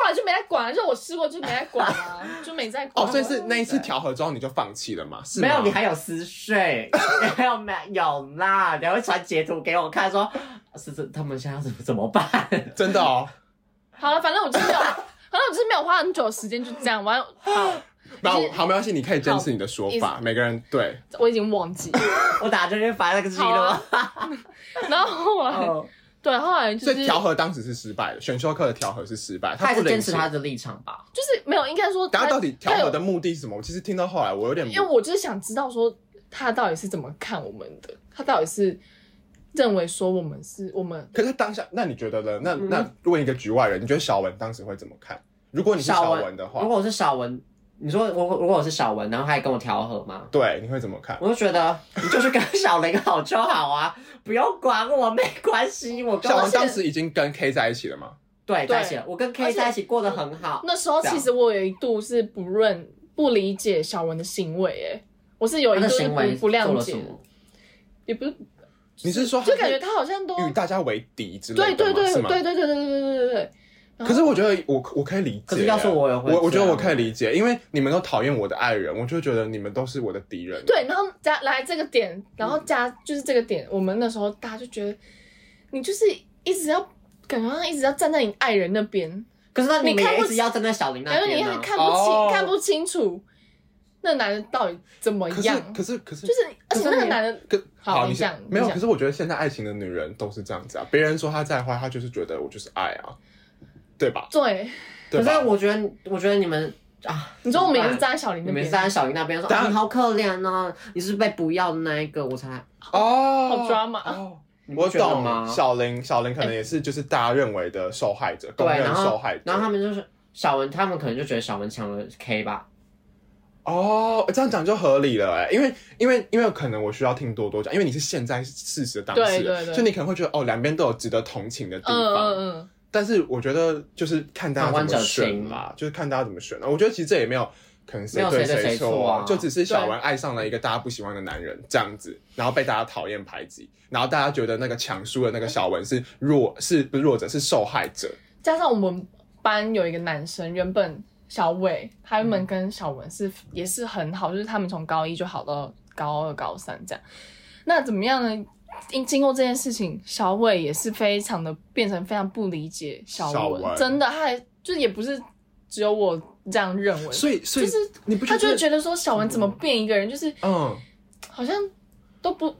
[SPEAKER 2] 后来就没再管了，就我试过就没再管了， 就没再管
[SPEAKER 4] 哦，
[SPEAKER 2] 了。
[SPEAKER 4] 所以是那一次调和之后你就放弃了嘛？是吗
[SPEAKER 1] 没有，你还有私讯， 没有没有啦，你还会传截图给我看说，是这他们现在怎么怎么办？
[SPEAKER 4] 真的哦，
[SPEAKER 2] 好了，反正我就是没有，反正我就是没有花很久的时间，就这样。完，好，
[SPEAKER 4] 那我好没关系，你可以坚持你的说法。每个人对，
[SPEAKER 2] 我已经忘 记了。
[SPEAKER 1] 我打这去翻那个记录
[SPEAKER 2] 好啊，然后后来，
[SPEAKER 1] 哦
[SPEAKER 2] 对，后来就
[SPEAKER 4] 所
[SPEAKER 2] 是
[SPEAKER 4] 以调和当时是失败的，选修课的调和是失败，
[SPEAKER 1] 他还
[SPEAKER 4] 不
[SPEAKER 1] 是
[SPEAKER 4] 领
[SPEAKER 1] 坚持
[SPEAKER 4] 情。
[SPEAKER 1] 他的立场吧。
[SPEAKER 2] 就是没有，应该说
[SPEAKER 4] 大
[SPEAKER 2] 他
[SPEAKER 4] 家到底调和
[SPEAKER 2] 他
[SPEAKER 4] 的目的是什么？我其实听到后来，我有点
[SPEAKER 2] 有因为我就是想知道说他到底是怎么看我们的，他到底是认为说我们是我们
[SPEAKER 4] 可是当下，那你觉得呢？那那问一个局外人，你觉得小文当时会怎么看？如果你是小文的话
[SPEAKER 1] 如，果我是小文，你说我如果我是小文，然后他还跟我调和吗？
[SPEAKER 4] 对，你会怎么看？
[SPEAKER 1] 我就觉 得你就是跟小林好就好啊，不用管我，没关系，我跟
[SPEAKER 4] 小
[SPEAKER 1] 我
[SPEAKER 4] 文当时已经跟 K 在一起了吗？
[SPEAKER 1] 对
[SPEAKER 2] 对
[SPEAKER 1] 在一起了，我跟
[SPEAKER 2] 而
[SPEAKER 1] K
[SPEAKER 2] 且
[SPEAKER 1] 在一起过得很
[SPEAKER 4] 哦
[SPEAKER 1] 好。
[SPEAKER 2] 那时候其实我有一度是不认不理解小文的行为、欸，我是有一
[SPEAKER 1] 他
[SPEAKER 2] 度
[SPEAKER 1] 的
[SPEAKER 2] 是
[SPEAKER 1] 行为
[SPEAKER 2] 不
[SPEAKER 1] 做
[SPEAKER 2] 不谅
[SPEAKER 1] 了
[SPEAKER 2] 解
[SPEAKER 1] 什
[SPEAKER 2] 的，
[SPEAKER 1] 么？
[SPEAKER 2] 也不是，
[SPEAKER 4] 你是说
[SPEAKER 2] 就感觉他好像都
[SPEAKER 4] 与大家为敌之类
[SPEAKER 2] 啊
[SPEAKER 4] 的
[SPEAKER 2] 对
[SPEAKER 4] 吗
[SPEAKER 2] 对对对
[SPEAKER 4] 是
[SPEAKER 2] 对
[SPEAKER 4] 吗？
[SPEAKER 2] 对对对对对对，
[SPEAKER 4] 可是我觉得我我可以理解，
[SPEAKER 1] 可是要是我也会
[SPEAKER 4] 我我觉得
[SPEAKER 1] 这样
[SPEAKER 4] 我可以理解，因为你们都讨厌我的爱人，我就觉得你们都是我的敌人。
[SPEAKER 2] 对，然后加来这个点，然后加就是这个点，我们那时候大家就觉得你就是一直要感觉好像一直要站在你爱人那边，
[SPEAKER 1] 可是那你
[SPEAKER 2] 你
[SPEAKER 1] 们
[SPEAKER 2] 看
[SPEAKER 1] 也
[SPEAKER 2] 不
[SPEAKER 1] 一直要站在小林
[SPEAKER 2] 感
[SPEAKER 1] 那
[SPEAKER 2] 觉你
[SPEAKER 1] 边呢、啊。
[SPEAKER 2] 很看不清、
[SPEAKER 4] 哦
[SPEAKER 2] 看不清楚那男的到底怎么
[SPEAKER 4] 可是
[SPEAKER 2] 样，
[SPEAKER 4] 可是可是
[SPEAKER 2] 就是而且那个男的
[SPEAKER 4] 可
[SPEAKER 2] 好
[SPEAKER 4] 你
[SPEAKER 2] 你
[SPEAKER 4] 先
[SPEAKER 2] 讲你
[SPEAKER 4] 没有？
[SPEAKER 2] 讲
[SPEAKER 4] 可是我觉得现在爱情的女人都是这样子啊，别人说她再坏，她就是觉得我就是爱啊，对吧？
[SPEAKER 2] 对，
[SPEAKER 4] 对
[SPEAKER 1] 可是
[SPEAKER 4] 吧？
[SPEAKER 1] 我觉得，我觉得你们啊，
[SPEAKER 2] 你说我
[SPEAKER 4] 哎
[SPEAKER 2] 们也
[SPEAKER 1] 怎
[SPEAKER 2] 是
[SPEAKER 1] 么办
[SPEAKER 2] 站在小林
[SPEAKER 1] 你
[SPEAKER 2] 那
[SPEAKER 1] 们
[SPEAKER 2] 边
[SPEAKER 1] 是，站在小林那边说，
[SPEAKER 4] 当
[SPEAKER 1] 啊
[SPEAKER 4] 然
[SPEAKER 1] 你好可怜哦，你是被不要的那一个，我才
[SPEAKER 4] 哦，
[SPEAKER 2] 好 drama
[SPEAKER 4] 哦
[SPEAKER 1] 你不
[SPEAKER 4] 我
[SPEAKER 1] 觉得
[SPEAKER 4] 懂
[SPEAKER 1] 吗
[SPEAKER 4] 小林，小林可能也是就是大家认为的受害者，
[SPEAKER 1] 对，
[SPEAKER 4] 公认
[SPEAKER 1] 然
[SPEAKER 4] 受
[SPEAKER 1] 后
[SPEAKER 4] 害者。
[SPEAKER 1] 然后他们就是小文，他们可能就觉得小文抢了 K 吧，
[SPEAKER 4] 哦，这样讲就合理了哎，因为因为因为可能我需要听多多讲，因为你是现在事实的当事人，
[SPEAKER 2] 对对对
[SPEAKER 4] 就你可能会觉得哦，两边都有值得同情哦的地
[SPEAKER 2] 嗯
[SPEAKER 4] 方，
[SPEAKER 2] 嗯嗯，
[SPEAKER 4] 但是我觉得就是看大家怎么选
[SPEAKER 1] 旁观者
[SPEAKER 4] 啦，就是看大家怎么选啦。我觉得其实这也没有可能谁对
[SPEAKER 1] 没有谁对谁
[SPEAKER 4] 错
[SPEAKER 1] 错啊
[SPEAKER 4] 就只是小文爱上了一个大家不喜欢的男人这样子，然后被大家讨厌排挤，然后大家觉得那个抢输的那个小文是弱，是不是弱者是受害者？
[SPEAKER 2] 加上我们班有一个男生，原本小伟，他原本跟小文是、也是很好，就是他们从高一就好到高二、高三这样。那怎么样呢？经经过这件事情，小伟也是非常的变成非常不理解小
[SPEAKER 4] 小
[SPEAKER 2] 文，
[SPEAKER 4] 文
[SPEAKER 2] 真的，他还就是也不是只有我这样认为，
[SPEAKER 4] 所以所以
[SPEAKER 2] 就是
[SPEAKER 4] 你不
[SPEAKER 2] 他就
[SPEAKER 4] 得
[SPEAKER 2] 会觉得说小文怎么变一个人，就是
[SPEAKER 4] 嗯
[SPEAKER 2] 好像都不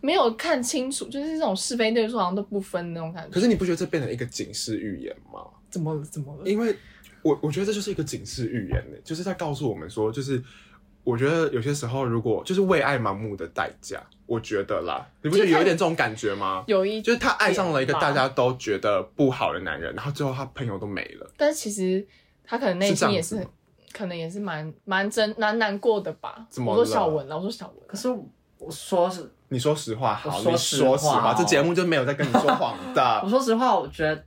[SPEAKER 2] 没有看清楚，就是这种是非对错好像都不分那种感觉。
[SPEAKER 4] 可是你不觉得这变成一个警示预言吗？
[SPEAKER 2] 怎么了？怎么了？
[SPEAKER 4] 因为我我觉得这就是一个警示预言呢，就是在告诉我们说，就是我觉得有些时候，如果就是为爱盲目的代价，我觉得啦，你不觉得有一点这种感觉吗？
[SPEAKER 2] 有一
[SPEAKER 4] 就是他爱上了一个
[SPEAKER 2] 点吧
[SPEAKER 4] 大家都觉得不好的男人，然后最后他朋友都没了。
[SPEAKER 2] 但是其实他可能内
[SPEAKER 4] 是这
[SPEAKER 2] 心
[SPEAKER 4] 样
[SPEAKER 2] 也
[SPEAKER 4] 子
[SPEAKER 2] 是，
[SPEAKER 4] 吗
[SPEAKER 2] 可能也是蛮蛮真蛮难过的吧。
[SPEAKER 4] 怎么
[SPEAKER 2] 我说
[SPEAKER 4] 了
[SPEAKER 2] 小文了，我说小文，
[SPEAKER 1] 可是我说是
[SPEAKER 4] 你说实话好，
[SPEAKER 1] 我说
[SPEAKER 4] 你
[SPEAKER 1] 实话
[SPEAKER 4] 说实话，
[SPEAKER 1] 哦
[SPEAKER 4] 这节目就没有在跟你说谎
[SPEAKER 1] 我
[SPEAKER 4] 的。
[SPEAKER 1] 说实话，我觉得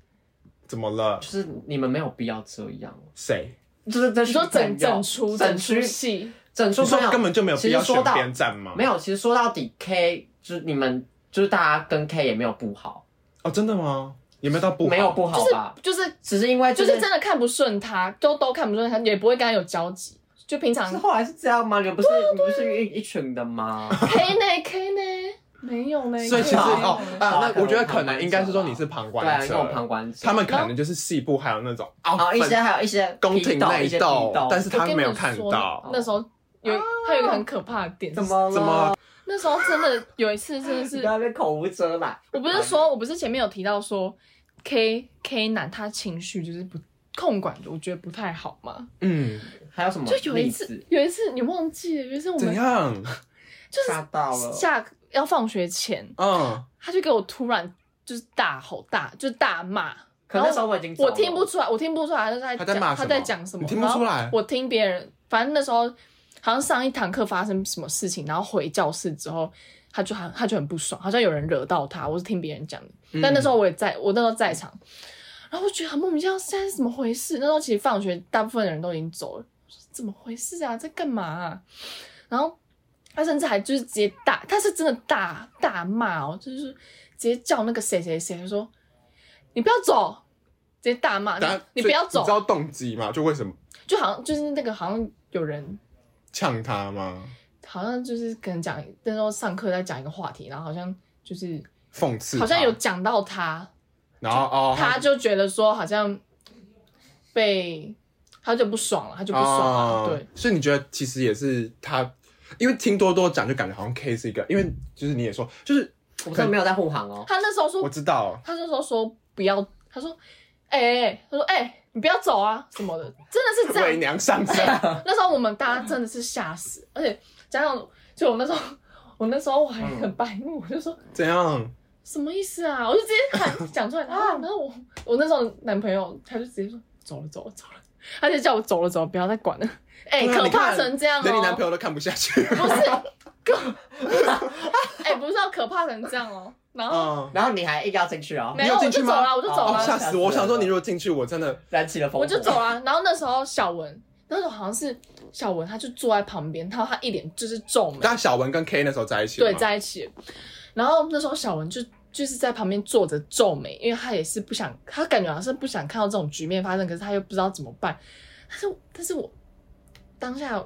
[SPEAKER 4] 怎么了
[SPEAKER 1] 就？是你们没有必要这样，
[SPEAKER 4] 谁？
[SPEAKER 1] 就是这
[SPEAKER 2] 你说整整出
[SPEAKER 1] 整
[SPEAKER 2] 出
[SPEAKER 1] 出
[SPEAKER 2] 戏，
[SPEAKER 1] 整出
[SPEAKER 4] 你说
[SPEAKER 1] 朋友
[SPEAKER 4] 根本就没有必要
[SPEAKER 1] 其实
[SPEAKER 4] 选
[SPEAKER 1] 说到
[SPEAKER 4] 边站吗？
[SPEAKER 1] 没有，其实说到底 K 就是你们就是大家跟 K 也没有不好，
[SPEAKER 4] 哦，真的吗？有没有到不好
[SPEAKER 1] 没有不好吧，
[SPEAKER 2] 就是
[SPEAKER 1] 只是因为
[SPEAKER 2] 就是
[SPEAKER 1] 这
[SPEAKER 2] 真的看不顺他，都都看不顺他，也不会跟他有交集。就平常
[SPEAKER 1] 是啊 后来是这样吗？你们不是
[SPEAKER 2] 啊
[SPEAKER 1] 你不是一一群的吗？
[SPEAKER 2] K 呢 K 呢没有呢，
[SPEAKER 4] 所以其实
[SPEAKER 2] 没有
[SPEAKER 4] 哦
[SPEAKER 2] 呢
[SPEAKER 1] 好
[SPEAKER 4] 啊，那我觉得
[SPEAKER 1] 可能
[SPEAKER 4] 可能应该是说你是旁
[SPEAKER 1] 对
[SPEAKER 4] 观
[SPEAKER 1] 啊，
[SPEAKER 4] 者，
[SPEAKER 1] 因为我旁观者，
[SPEAKER 4] 他们可能就是细部还有那种
[SPEAKER 2] 哦
[SPEAKER 1] 然
[SPEAKER 4] 啊
[SPEAKER 1] 后一些还有一些
[SPEAKER 4] 宫廷
[SPEAKER 1] 批斗
[SPEAKER 4] 内
[SPEAKER 1] 一些批
[SPEAKER 4] 斗
[SPEAKER 1] 斗，
[SPEAKER 4] 但是他
[SPEAKER 2] 我跟
[SPEAKER 4] 没
[SPEAKER 2] 你
[SPEAKER 4] 有
[SPEAKER 2] 们
[SPEAKER 4] 看
[SPEAKER 2] 说
[SPEAKER 4] 到。
[SPEAKER 2] 那时候有他有一个很可怕的点，
[SPEAKER 1] 啊怎？么了
[SPEAKER 4] 怎么？
[SPEAKER 2] 那时候真的有一次真的
[SPEAKER 1] 你
[SPEAKER 2] 是
[SPEAKER 1] 不要被口无遮拦。
[SPEAKER 2] 我不是说，我不是前面有提到说，K K 男他情绪就是不控管，我觉得不太好嘛。
[SPEAKER 4] 嗯，
[SPEAKER 1] 还有什么例
[SPEAKER 2] 就
[SPEAKER 1] 子？
[SPEAKER 2] 有一次，有一次你忘记了，有一次我
[SPEAKER 4] 怎
[SPEAKER 2] 们
[SPEAKER 4] 样？
[SPEAKER 1] 吓到了，
[SPEAKER 2] 下要放学前，
[SPEAKER 4] 嗯，
[SPEAKER 2] 他就给我突然就是大吼大，就是大骂。
[SPEAKER 1] 可那时候我已经走了
[SPEAKER 2] 我听不出来，我听不出来他在
[SPEAKER 4] 他
[SPEAKER 2] 讲
[SPEAKER 4] 在骂什么
[SPEAKER 2] 他在讲什么，
[SPEAKER 4] 你听不出来
[SPEAKER 2] 然后我听别人，反正那时候好像上一堂课发生什么事情，然后回教室之后，他就很他就很不爽，好像有人惹到他，我是听别人讲的。
[SPEAKER 4] 嗯
[SPEAKER 2] 但那时候我也在，我那时候在场，然后我觉得很莫名其妙，现在是怎么回事？那时候其实放学大部分人都已经走了，我说怎么回事啊？在干嘛、啊？然后他甚至还就是直接大，他是真的大大骂哦，就是直接叫那个谁谁谁说你不要走，直接大骂你
[SPEAKER 4] 但
[SPEAKER 2] 你不要
[SPEAKER 4] 你
[SPEAKER 2] 走
[SPEAKER 4] 知，道动机吗？就为什么
[SPEAKER 2] 就好像就是那个好像有人
[SPEAKER 4] 呛他吗？
[SPEAKER 2] 好像就是可能讲那时候上课在讲一个话题，然后好像就是
[SPEAKER 4] 讽刺他，
[SPEAKER 2] 好像有讲到他，
[SPEAKER 4] 然后哦，
[SPEAKER 2] 他就觉得说好像被他就不爽了，他就不爽了，
[SPEAKER 4] 哦
[SPEAKER 2] 对，
[SPEAKER 4] 所以你觉得其实也是他，因为听多多讲就感觉好像 K 是一个，因为就是你也说，就是
[SPEAKER 1] 我真的没有在护航哦。
[SPEAKER 2] 他那时候
[SPEAKER 4] 我
[SPEAKER 2] 说，
[SPEAKER 4] 知道，
[SPEAKER 2] 他那时候说不要，他说，哎、哎哎他说哎、你不要走啊什么的，真 的是这
[SPEAKER 4] 伪
[SPEAKER 2] 样。
[SPEAKER 4] 娘上身，
[SPEAKER 2] 那时候我们大家真的是吓死，而且加上就我那时候，我那时候我还很白目，我就说
[SPEAKER 4] 怎
[SPEAKER 2] 哦
[SPEAKER 4] 样？
[SPEAKER 2] 什么意思啊？我就直接 喊讲出来，然后然后我我那时候男朋友他就直接说走了走了走了，他就叫我走了走了，不要再管了。哎、
[SPEAKER 4] 对啊
[SPEAKER 2] 可
[SPEAKER 4] 你
[SPEAKER 2] 怕
[SPEAKER 4] 看
[SPEAKER 2] 成这样哦、
[SPEAKER 4] 连你男朋友都看不下去，
[SPEAKER 2] 不是， 哎、不是要可怕成这样哦、然后、
[SPEAKER 4] 嗯，
[SPEAKER 1] 然后你还硬要进去哦，
[SPEAKER 2] 没
[SPEAKER 4] 你有
[SPEAKER 2] 我
[SPEAKER 4] 进
[SPEAKER 2] 就
[SPEAKER 4] 去
[SPEAKER 2] 走
[SPEAKER 4] 吗
[SPEAKER 2] 了，我就走
[SPEAKER 1] 好
[SPEAKER 4] 哦
[SPEAKER 1] 吧
[SPEAKER 2] 了，
[SPEAKER 4] 吓死我！我想说你如果进去，我真的
[SPEAKER 1] 燃起了烽火，
[SPEAKER 2] 我就走。了。啊然后那时候小文，那时候好像是小文，他就坐在旁边，他他一脸就是皱眉，
[SPEAKER 4] 但小文跟 K 那时候在一起了
[SPEAKER 2] 对，
[SPEAKER 4] 吗
[SPEAKER 2] 在一起。然后那时候小文就就是在旁边坐着皱眉，因为他也是不想，他感觉好像是不想看到这种局面发生，可是他又不知道怎么办。但是但是我当下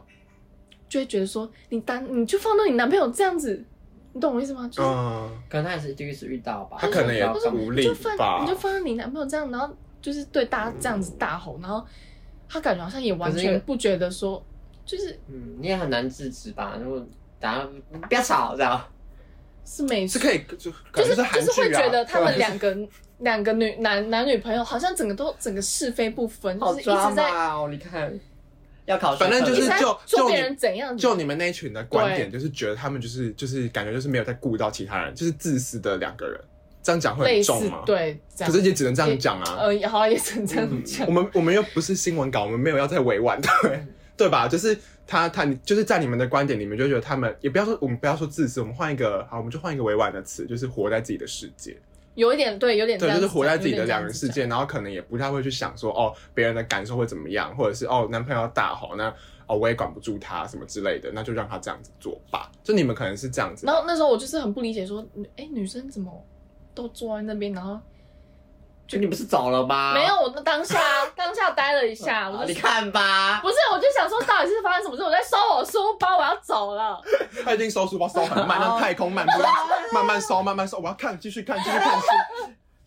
[SPEAKER 2] 就会觉得说，你当你就放到你男朋友这样子，你懂我意思吗？就是。
[SPEAKER 4] 嗯，
[SPEAKER 1] 可能他也是第一次遇到吧，
[SPEAKER 4] 他可能也
[SPEAKER 1] 我不知道
[SPEAKER 4] 无
[SPEAKER 2] 你
[SPEAKER 4] 力
[SPEAKER 2] 就放
[SPEAKER 4] 吧
[SPEAKER 2] 你就，放任你男朋友这样，然后就是对大家这样子大吼，然后他感觉好像也完
[SPEAKER 1] 可是因为
[SPEAKER 2] 全不觉得说，就是
[SPEAKER 1] 嗯，你也很难制止吧？如果大家不要吵，这样
[SPEAKER 2] 是没
[SPEAKER 4] 是可以就感
[SPEAKER 2] 就
[SPEAKER 4] 觉
[SPEAKER 2] 是
[SPEAKER 4] 韩
[SPEAKER 2] 就
[SPEAKER 4] 剧啊，
[SPEAKER 2] 是会觉得他们
[SPEAKER 4] 对啊
[SPEAKER 2] 两个两个女男男女朋友好像整个都整个是非不分，
[SPEAKER 1] 好
[SPEAKER 2] 就是一
[SPEAKER 1] 抓
[SPEAKER 2] 直在
[SPEAKER 1] 马哦！你看，要考学
[SPEAKER 4] 反正
[SPEAKER 1] 测
[SPEAKER 4] 就
[SPEAKER 2] 一
[SPEAKER 4] 是
[SPEAKER 2] 直
[SPEAKER 1] 了
[SPEAKER 2] 在
[SPEAKER 4] 就就
[SPEAKER 2] 说别
[SPEAKER 4] 你
[SPEAKER 2] 人怎样，
[SPEAKER 4] 就你们那一群的观点，
[SPEAKER 2] 对
[SPEAKER 4] 就是觉得他们就是就是感觉就是没有在顾到其他人，就是自私的两个人。这样讲会
[SPEAKER 2] 类
[SPEAKER 4] 很
[SPEAKER 2] 似
[SPEAKER 4] 重吗？。
[SPEAKER 2] 对，这
[SPEAKER 4] 可
[SPEAKER 2] 样
[SPEAKER 4] 是也只能这样讲啊。
[SPEAKER 2] 呃，好像也只能这样讲
[SPEAKER 4] 我。们我们又不是新闻稿，我们没有要再委婉的， 对对吧？就是他他就是在你们的观点里面，就觉得他们也不要说我们不要说自私，我们换一个好，我们就换一个委婉的词，就是活在自己的世界。
[SPEAKER 2] 有一点对，有点这
[SPEAKER 4] 对，
[SPEAKER 2] 样
[SPEAKER 4] 就
[SPEAKER 2] 子
[SPEAKER 4] 是活在自己的两人世。
[SPEAKER 2] 有点这样子
[SPEAKER 4] 界，然后可能也不太会去想说哦别人的感受会怎么样，或者是哦男朋友大吼那哦我也管不住他什么之类的，那就让他这样子做吧。就你们可能是这样子
[SPEAKER 2] 然，后那时候我就是很不理解，说，哎，女生怎么都坐在那边，然后
[SPEAKER 1] 就你不是走了吗？
[SPEAKER 2] 没有，我当下当下呆了一下，
[SPEAKER 4] 嗯
[SPEAKER 1] 啊
[SPEAKER 2] 我
[SPEAKER 1] 你
[SPEAKER 2] 就
[SPEAKER 1] 看吧，
[SPEAKER 2] 不是，我就想说到底是发生什么事？我在收我书包，我要走了。
[SPEAKER 4] 他已经收书包收 很慢，让太空漫步，
[SPEAKER 2] 哦
[SPEAKER 4] 慢慢收慢慢收，我要看继续看继续 看书。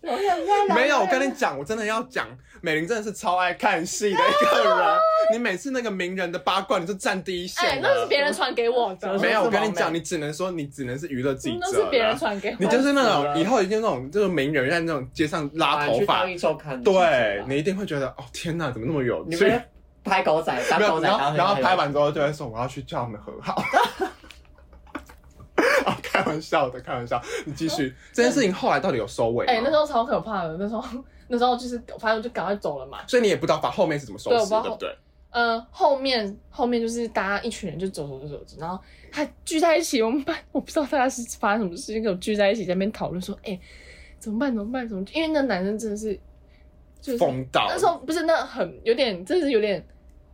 [SPEAKER 3] 我想
[SPEAKER 2] 啊
[SPEAKER 3] 看
[SPEAKER 4] 没有，我跟你讲，我真的要讲，美玲真的是超爱看戏的一个 人。你每次那个名人的八卦，你就占第一
[SPEAKER 2] 哎，
[SPEAKER 4] 线了。
[SPEAKER 2] 那是别人传给我的，嗯
[SPEAKER 4] 没有，我跟你
[SPEAKER 1] 是王
[SPEAKER 4] 讲，
[SPEAKER 1] 美
[SPEAKER 4] 你只能说你只能是娱乐记者
[SPEAKER 2] 那
[SPEAKER 4] 了。
[SPEAKER 2] 是别人传给我的。
[SPEAKER 4] 你就是那
[SPEAKER 1] 烦死
[SPEAKER 4] 种
[SPEAKER 1] 了
[SPEAKER 4] 以后一定那种就是名人在那种街上拉
[SPEAKER 1] 啊
[SPEAKER 4] 头
[SPEAKER 1] 去
[SPEAKER 4] 发
[SPEAKER 1] 当，一周刊，
[SPEAKER 4] 对你一定会觉得哦天哪，怎么那么有
[SPEAKER 1] 你
[SPEAKER 4] 趣？
[SPEAKER 1] 们拍狗仔，当
[SPEAKER 4] 没
[SPEAKER 1] 狗
[SPEAKER 4] 有，
[SPEAKER 1] 仔
[SPEAKER 4] 然
[SPEAKER 1] 当
[SPEAKER 4] 后
[SPEAKER 1] 很
[SPEAKER 4] 然后
[SPEAKER 1] 有
[SPEAKER 4] 拍完之后就会说我要去叫他们和好。啊，开玩笑的，开玩笑。你继续，这件事情后来到底有收尾吗？
[SPEAKER 2] 哎、那时候超可怕的，那时候那时候就是，反正我就赶快走了嘛。
[SPEAKER 4] 所以你也不知道把后面是怎么收
[SPEAKER 2] 对我
[SPEAKER 4] 拾
[SPEAKER 2] 不知
[SPEAKER 4] 的，对
[SPEAKER 2] 道
[SPEAKER 4] 不对？
[SPEAKER 2] 呃，后面后面就是大家一群人就走走走走走，然后还聚在一起。我们班我不知道大家是发生什么事情，跟我聚在一起在那边讨论说，哎、怎么办？怎么办？怎么办？因为那男生真的是，就是
[SPEAKER 4] 疯到
[SPEAKER 2] 那时候不是那很有点，真的是有点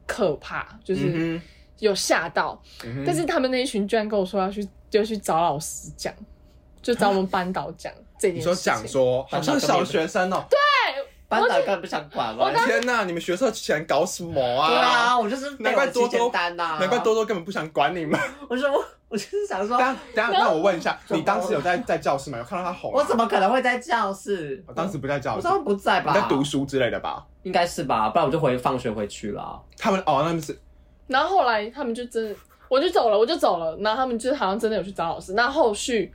[SPEAKER 2] 可怕，就是
[SPEAKER 4] 嗯
[SPEAKER 2] 有吓到。
[SPEAKER 4] 哼嗯哼
[SPEAKER 2] 但是他们那一群居然跟我说要去，就去找老师讲，就找我们班导 讲这件
[SPEAKER 4] 你
[SPEAKER 2] 事
[SPEAKER 4] 说
[SPEAKER 2] 情。
[SPEAKER 4] 想说，好像小学生哦、
[SPEAKER 1] 班长根本不想管嘛。
[SPEAKER 2] 啊
[SPEAKER 4] 天哪，你们学社前搞什么啊？
[SPEAKER 1] 对啊，我就是
[SPEAKER 4] 难怪多多
[SPEAKER 1] 单呐，
[SPEAKER 4] 难怪多多根本不想管你们。
[SPEAKER 1] 我说我我就是想说
[SPEAKER 4] 等，下等下，那我问一 下，
[SPEAKER 1] 怎么
[SPEAKER 4] 你当时有在在教室吗？有看到他红吗？
[SPEAKER 1] 我怎么可能会在教室
[SPEAKER 4] 我？当时不在教
[SPEAKER 1] 我
[SPEAKER 4] 室，
[SPEAKER 1] 当时不在
[SPEAKER 4] 你
[SPEAKER 1] 吧？
[SPEAKER 4] 在读书之类的吧？
[SPEAKER 1] 应该是吧，不然我就回放学回去了。
[SPEAKER 4] 他们哦，他们是
[SPEAKER 2] 然后后来他们就真的，我就走了，我就走了。然后他们就是好像真的有去找老师。那后续，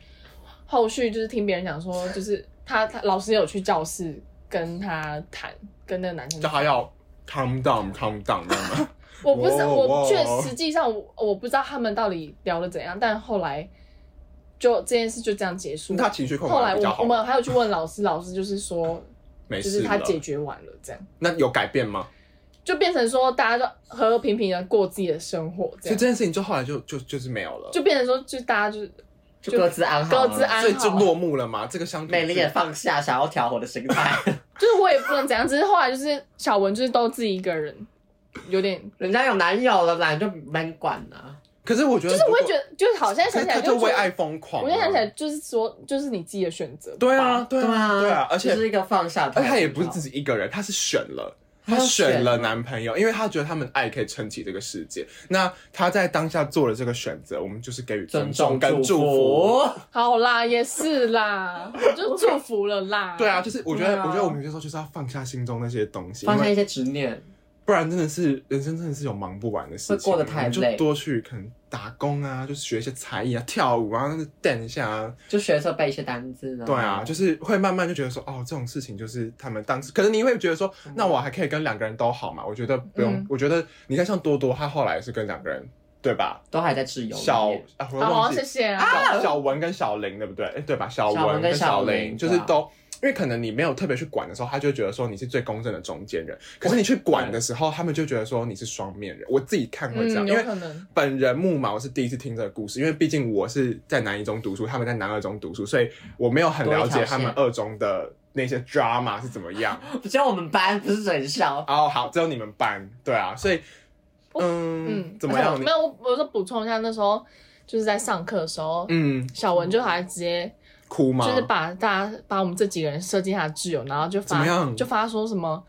[SPEAKER 2] 后续就是听别人讲说，就是他他老师有去教室跟他谈，跟那个男生
[SPEAKER 4] 叫
[SPEAKER 2] 谈。
[SPEAKER 4] 他要 calm down，calm down，知道 吗？
[SPEAKER 2] 我不是，
[SPEAKER 4] 哇哇
[SPEAKER 2] 我确实际上我我不知道他们到底聊的怎样，但后来就这件事就这样结束。
[SPEAKER 4] 他情绪控
[SPEAKER 2] 后来
[SPEAKER 4] 管比较
[SPEAKER 2] 我
[SPEAKER 4] 好
[SPEAKER 2] 我，们还有去问老师，老师就是说，
[SPEAKER 4] 没
[SPEAKER 2] 就
[SPEAKER 4] 事
[SPEAKER 2] 是他
[SPEAKER 4] 了。
[SPEAKER 2] 解决完了这样。
[SPEAKER 4] 那有改变吗？
[SPEAKER 2] 就变成说，大家就和和平平的过自己的生活，
[SPEAKER 4] 所
[SPEAKER 2] 这
[SPEAKER 4] 以
[SPEAKER 2] 样
[SPEAKER 4] 这件事情就后来就就就是没有了，
[SPEAKER 2] 就变成说，就大家就是
[SPEAKER 1] 就各自安好了，
[SPEAKER 2] 各自安
[SPEAKER 4] 所以
[SPEAKER 2] 好
[SPEAKER 4] 就落幕了嘛。这个相对
[SPEAKER 1] 美玲也放下想要调和的 心态，
[SPEAKER 2] 就是我也不能怎样，只是后来就是小文就是都自己一个人，有点，
[SPEAKER 4] 哎
[SPEAKER 1] 人家有男友了，懒就没管了。
[SPEAKER 4] 可是我觉得如
[SPEAKER 2] 就是
[SPEAKER 4] 果，
[SPEAKER 2] 我会觉得，就是好像
[SPEAKER 4] 可
[SPEAKER 2] 想
[SPEAKER 4] 是
[SPEAKER 2] 起
[SPEAKER 4] 他
[SPEAKER 2] 来
[SPEAKER 4] 就
[SPEAKER 2] 觉
[SPEAKER 4] 为爱
[SPEAKER 2] 得，
[SPEAKER 4] 疯狂啊。
[SPEAKER 2] 我现在想起来就是说，就是你自己的选择，
[SPEAKER 4] 对啊，对啊，
[SPEAKER 1] 啊，
[SPEAKER 4] 对啊，而且
[SPEAKER 1] 就是一个放下，
[SPEAKER 4] 而且他也不是自己一个人，他是选了。
[SPEAKER 1] 他
[SPEAKER 4] 他
[SPEAKER 1] 有
[SPEAKER 4] 选
[SPEAKER 1] 选
[SPEAKER 4] 了
[SPEAKER 1] 了
[SPEAKER 4] 男朋友，因为他觉得他们爱可以撑起这个世界。那他在当下做了这个选择，我们就是给予尊
[SPEAKER 1] 尊
[SPEAKER 4] 重
[SPEAKER 1] 重
[SPEAKER 4] 跟祝
[SPEAKER 1] 祝
[SPEAKER 4] 福。
[SPEAKER 1] 福。
[SPEAKER 2] 好啦，也是 啦，我就祝福了啦，
[SPEAKER 4] 对啊，，就是我觉
[SPEAKER 1] 对
[SPEAKER 4] 得，
[SPEAKER 1] 啊
[SPEAKER 4] 我觉得我们有些时候就是要放下心中那些东西，
[SPEAKER 1] 放下
[SPEAKER 4] 因为
[SPEAKER 1] 一些执念，
[SPEAKER 4] 不然真的是人生真的是有忙不完的事情，
[SPEAKER 1] 会过得太累
[SPEAKER 4] 我们就多去可能打工啊，就学一些才艺啊，跳舞啊，那就 dance 一下啊。
[SPEAKER 1] 就学着背一些单字啊。
[SPEAKER 4] 对啊，就是会慢慢就觉得说，哦，这种事情就是他们当时，可能你会觉得说，那我还可以跟两个人都好嘛？我觉得不用，
[SPEAKER 2] 嗯
[SPEAKER 4] 我觉得你看像多多，他后来也是跟两个人，对吧？
[SPEAKER 1] 都还在自由里面。
[SPEAKER 4] 小啊，我
[SPEAKER 2] 好，
[SPEAKER 4] 忘记
[SPEAKER 2] 谢谢啊，
[SPEAKER 4] 小小文跟小林对不对？哎，对吧？小
[SPEAKER 1] 小文
[SPEAKER 4] 文
[SPEAKER 1] 跟
[SPEAKER 4] 小
[SPEAKER 1] 小林
[SPEAKER 4] 林就
[SPEAKER 1] 对啊
[SPEAKER 4] 是都。因为可能你没有特别去管的时候，他就会觉得说你是最公正的中间人。可是你去管的时候，他们就觉得说你是双面人。我自己看会这样，
[SPEAKER 2] 嗯，
[SPEAKER 4] 因
[SPEAKER 2] 有
[SPEAKER 4] 为
[SPEAKER 2] 可能，
[SPEAKER 4] 本人木马，我是第一次听这个故事，因为毕竟我是在南一中读书，他们在南二中读书，所以我没有很了解他们二中的那些 drama 是怎么样。
[SPEAKER 1] 只有我们班不是整校，
[SPEAKER 4] 哦，好，只有你们班，对啊，所以，嗯，
[SPEAKER 2] 嗯，
[SPEAKER 4] 怎么样
[SPEAKER 2] 没？有，我我就补充一下，那时候就是在上课的时候，
[SPEAKER 4] 嗯，
[SPEAKER 2] 小文就还直接
[SPEAKER 4] 哭吗？
[SPEAKER 2] 就是把大家把我们这几个人设计他的挚友，然后就
[SPEAKER 4] 怎么
[SPEAKER 2] 发
[SPEAKER 4] 样
[SPEAKER 2] 就发说什么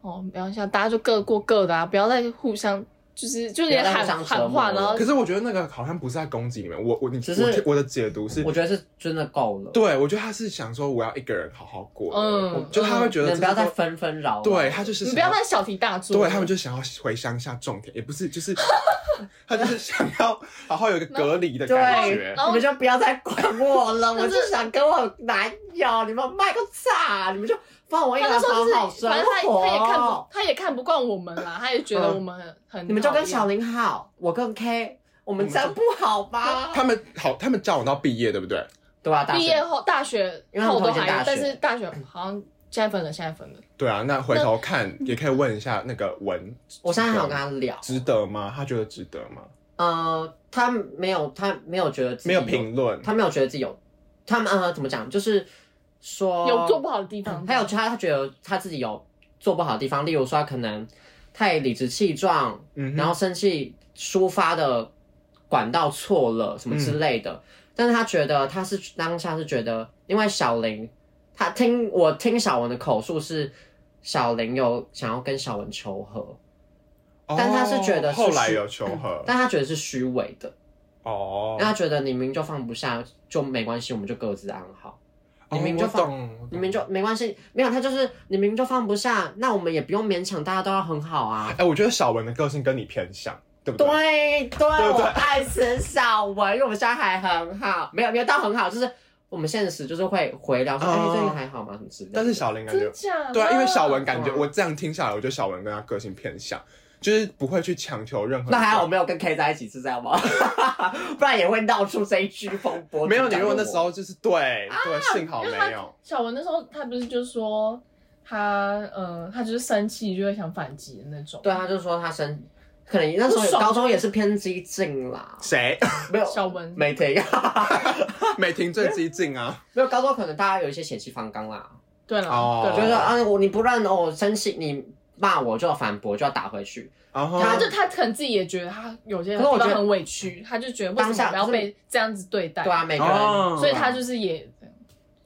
[SPEAKER 2] 哦，没关系啊，大家就各过各的啊，不要再互相就是就连
[SPEAKER 1] 不要让
[SPEAKER 2] 喊
[SPEAKER 1] 他上车
[SPEAKER 2] 喊话，
[SPEAKER 1] 嘛
[SPEAKER 2] 然后
[SPEAKER 4] 可是我觉得那个好像不是在攻击你们，我我你
[SPEAKER 1] 呃只是
[SPEAKER 4] 我我的解读是
[SPEAKER 1] 我，觉得是真的够了。，
[SPEAKER 4] 对我觉得他是想说我要一个人好好过，
[SPEAKER 2] 嗯
[SPEAKER 4] 我就他会觉
[SPEAKER 1] 你
[SPEAKER 4] 得
[SPEAKER 1] 们不要
[SPEAKER 4] 这
[SPEAKER 1] 再
[SPEAKER 4] 是说
[SPEAKER 1] 纷纷扰扰。
[SPEAKER 4] 对他就是
[SPEAKER 2] 你
[SPEAKER 4] 想
[SPEAKER 2] 不要再小题大做。
[SPEAKER 4] 对他们就想要回乡下种田，也不是就是 他就是想要好好有一个隔离的感
[SPEAKER 1] 对
[SPEAKER 4] 觉，
[SPEAKER 2] 然，后
[SPEAKER 1] 你们就不要再管我 了，我
[SPEAKER 2] 可是
[SPEAKER 1] 就想跟我男友，你们卖个炸，你们就放我一
[SPEAKER 2] 他
[SPEAKER 1] 人
[SPEAKER 2] 那时
[SPEAKER 1] 好
[SPEAKER 2] 候就是
[SPEAKER 1] 好，生
[SPEAKER 2] 反正他他也看不
[SPEAKER 1] 活，
[SPEAKER 2] 他也看不惯我们啦，他也觉得我们很很
[SPEAKER 1] 你们就跟
[SPEAKER 2] 讨厌
[SPEAKER 1] 小林好，我跟 K，我们这样不好吗？
[SPEAKER 4] 他们好，他们交往到毕业，对不对？
[SPEAKER 1] 对啊，大学
[SPEAKER 2] 毕业后大学
[SPEAKER 1] 因为他们
[SPEAKER 2] 后都
[SPEAKER 1] 同一间
[SPEAKER 2] 还
[SPEAKER 1] 大，
[SPEAKER 2] 有但
[SPEAKER 1] 学嗯
[SPEAKER 2] 是大学好像现在分了，现在分了。
[SPEAKER 4] 对啊，那回头看也可以问一下那个文，
[SPEAKER 1] 我现在还有跟他聊，
[SPEAKER 4] 值得吗？他觉得值得吗？
[SPEAKER 1] 呃，他没有，他没有觉得自己
[SPEAKER 4] 没有评论，
[SPEAKER 1] 他没有觉得自己有，他们呃怎么讲，就是
[SPEAKER 4] 哦
[SPEAKER 1] 说
[SPEAKER 2] 有做不好的地方，
[SPEAKER 1] 还有他他觉得他自己有做不好的地方，例如说他可能太理直气壮，
[SPEAKER 4] 嗯哼
[SPEAKER 1] 然后生气抒发的管道错了什么之类
[SPEAKER 4] 嗯
[SPEAKER 1] 的，但是他觉得他是当下是觉得，因为小林，他听我听小文的口述是小林有想要跟小文求和，
[SPEAKER 4] 哦
[SPEAKER 1] 但他是觉得是
[SPEAKER 4] 后来
[SPEAKER 1] 虚
[SPEAKER 4] 有求和
[SPEAKER 1] 但他觉得是虚伪的，
[SPEAKER 4] 哦
[SPEAKER 1] 因为，他觉得你明明就放不下，就没关系，我们就各自安好。你明明就
[SPEAKER 4] 哦我
[SPEAKER 1] 放
[SPEAKER 4] 懂，我懂
[SPEAKER 1] 你们就没关系，没有他就是你明明就放不下，那我们也不用勉强大家都要很好啊。
[SPEAKER 4] 哎，我觉得小文的个性跟你偏向，对不对？
[SPEAKER 1] 对对，我爱死小文，啊因为我们现在还很好，没有没有到很好，就是我们现实就是会回聊说，哎、
[SPEAKER 4] 哦
[SPEAKER 1] 最近还好吗？什么之类的。
[SPEAKER 4] 但是小林感觉
[SPEAKER 2] 真假？
[SPEAKER 4] 对啊，因为小文感觉
[SPEAKER 1] 哇
[SPEAKER 4] 我这样听下来，我觉得小文跟他个性偏向，就是不会去强求任何。
[SPEAKER 1] 那还好我没有跟 K 在一起，是这样吗？不然也会闹出这一句风波。
[SPEAKER 4] 没有，你
[SPEAKER 1] 就讲
[SPEAKER 4] 如果那
[SPEAKER 1] 我
[SPEAKER 4] 时候就是对对，幸好
[SPEAKER 2] 因为
[SPEAKER 4] 没
[SPEAKER 2] 他
[SPEAKER 4] 有。
[SPEAKER 2] 小文那时候他不是就说他呃他就是生气就会想反击的那种。
[SPEAKER 1] 对，啊他就说他生，可能那时候
[SPEAKER 2] 不
[SPEAKER 1] 有
[SPEAKER 2] 爽
[SPEAKER 4] 啊
[SPEAKER 1] 高中也是偏激进啦，
[SPEAKER 4] 谁
[SPEAKER 1] 没有
[SPEAKER 2] 小文
[SPEAKER 1] 没听，
[SPEAKER 4] 美婷最激进啊？
[SPEAKER 1] 没有高中可能大家有一些血气方刚啦。
[SPEAKER 2] 对了，
[SPEAKER 4] 哦
[SPEAKER 2] 对
[SPEAKER 1] 就
[SPEAKER 2] 啦
[SPEAKER 1] 是啊，我你不让我生气，你骂我就要反驳，就要打回去。
[SPEAKER 4] 然后
[SPEAKER 2] 他就他可能自己也觉得他有些
[SPEAKER 1] 可是我
[SPEAKER 2] 地
[SPEAKER 1] 觉
[SPEAKER 2] 方
[SPEAKER 1] 得
[SPEAKER 2] 很委屈，他就觉得为
[SPEAKER 1] 当
[SPEAKER 2] 什
[SPEAKER 1] 下
[SPEAKER 2] 么我要
[SPEAKER 1] 就是
[SPEAKER 2] 被这样子对待？
[SPEAKER 1] 对啊，，每个人，
[SPEAKER 4] 哦
[SPEAKER 2] 所以他就是也，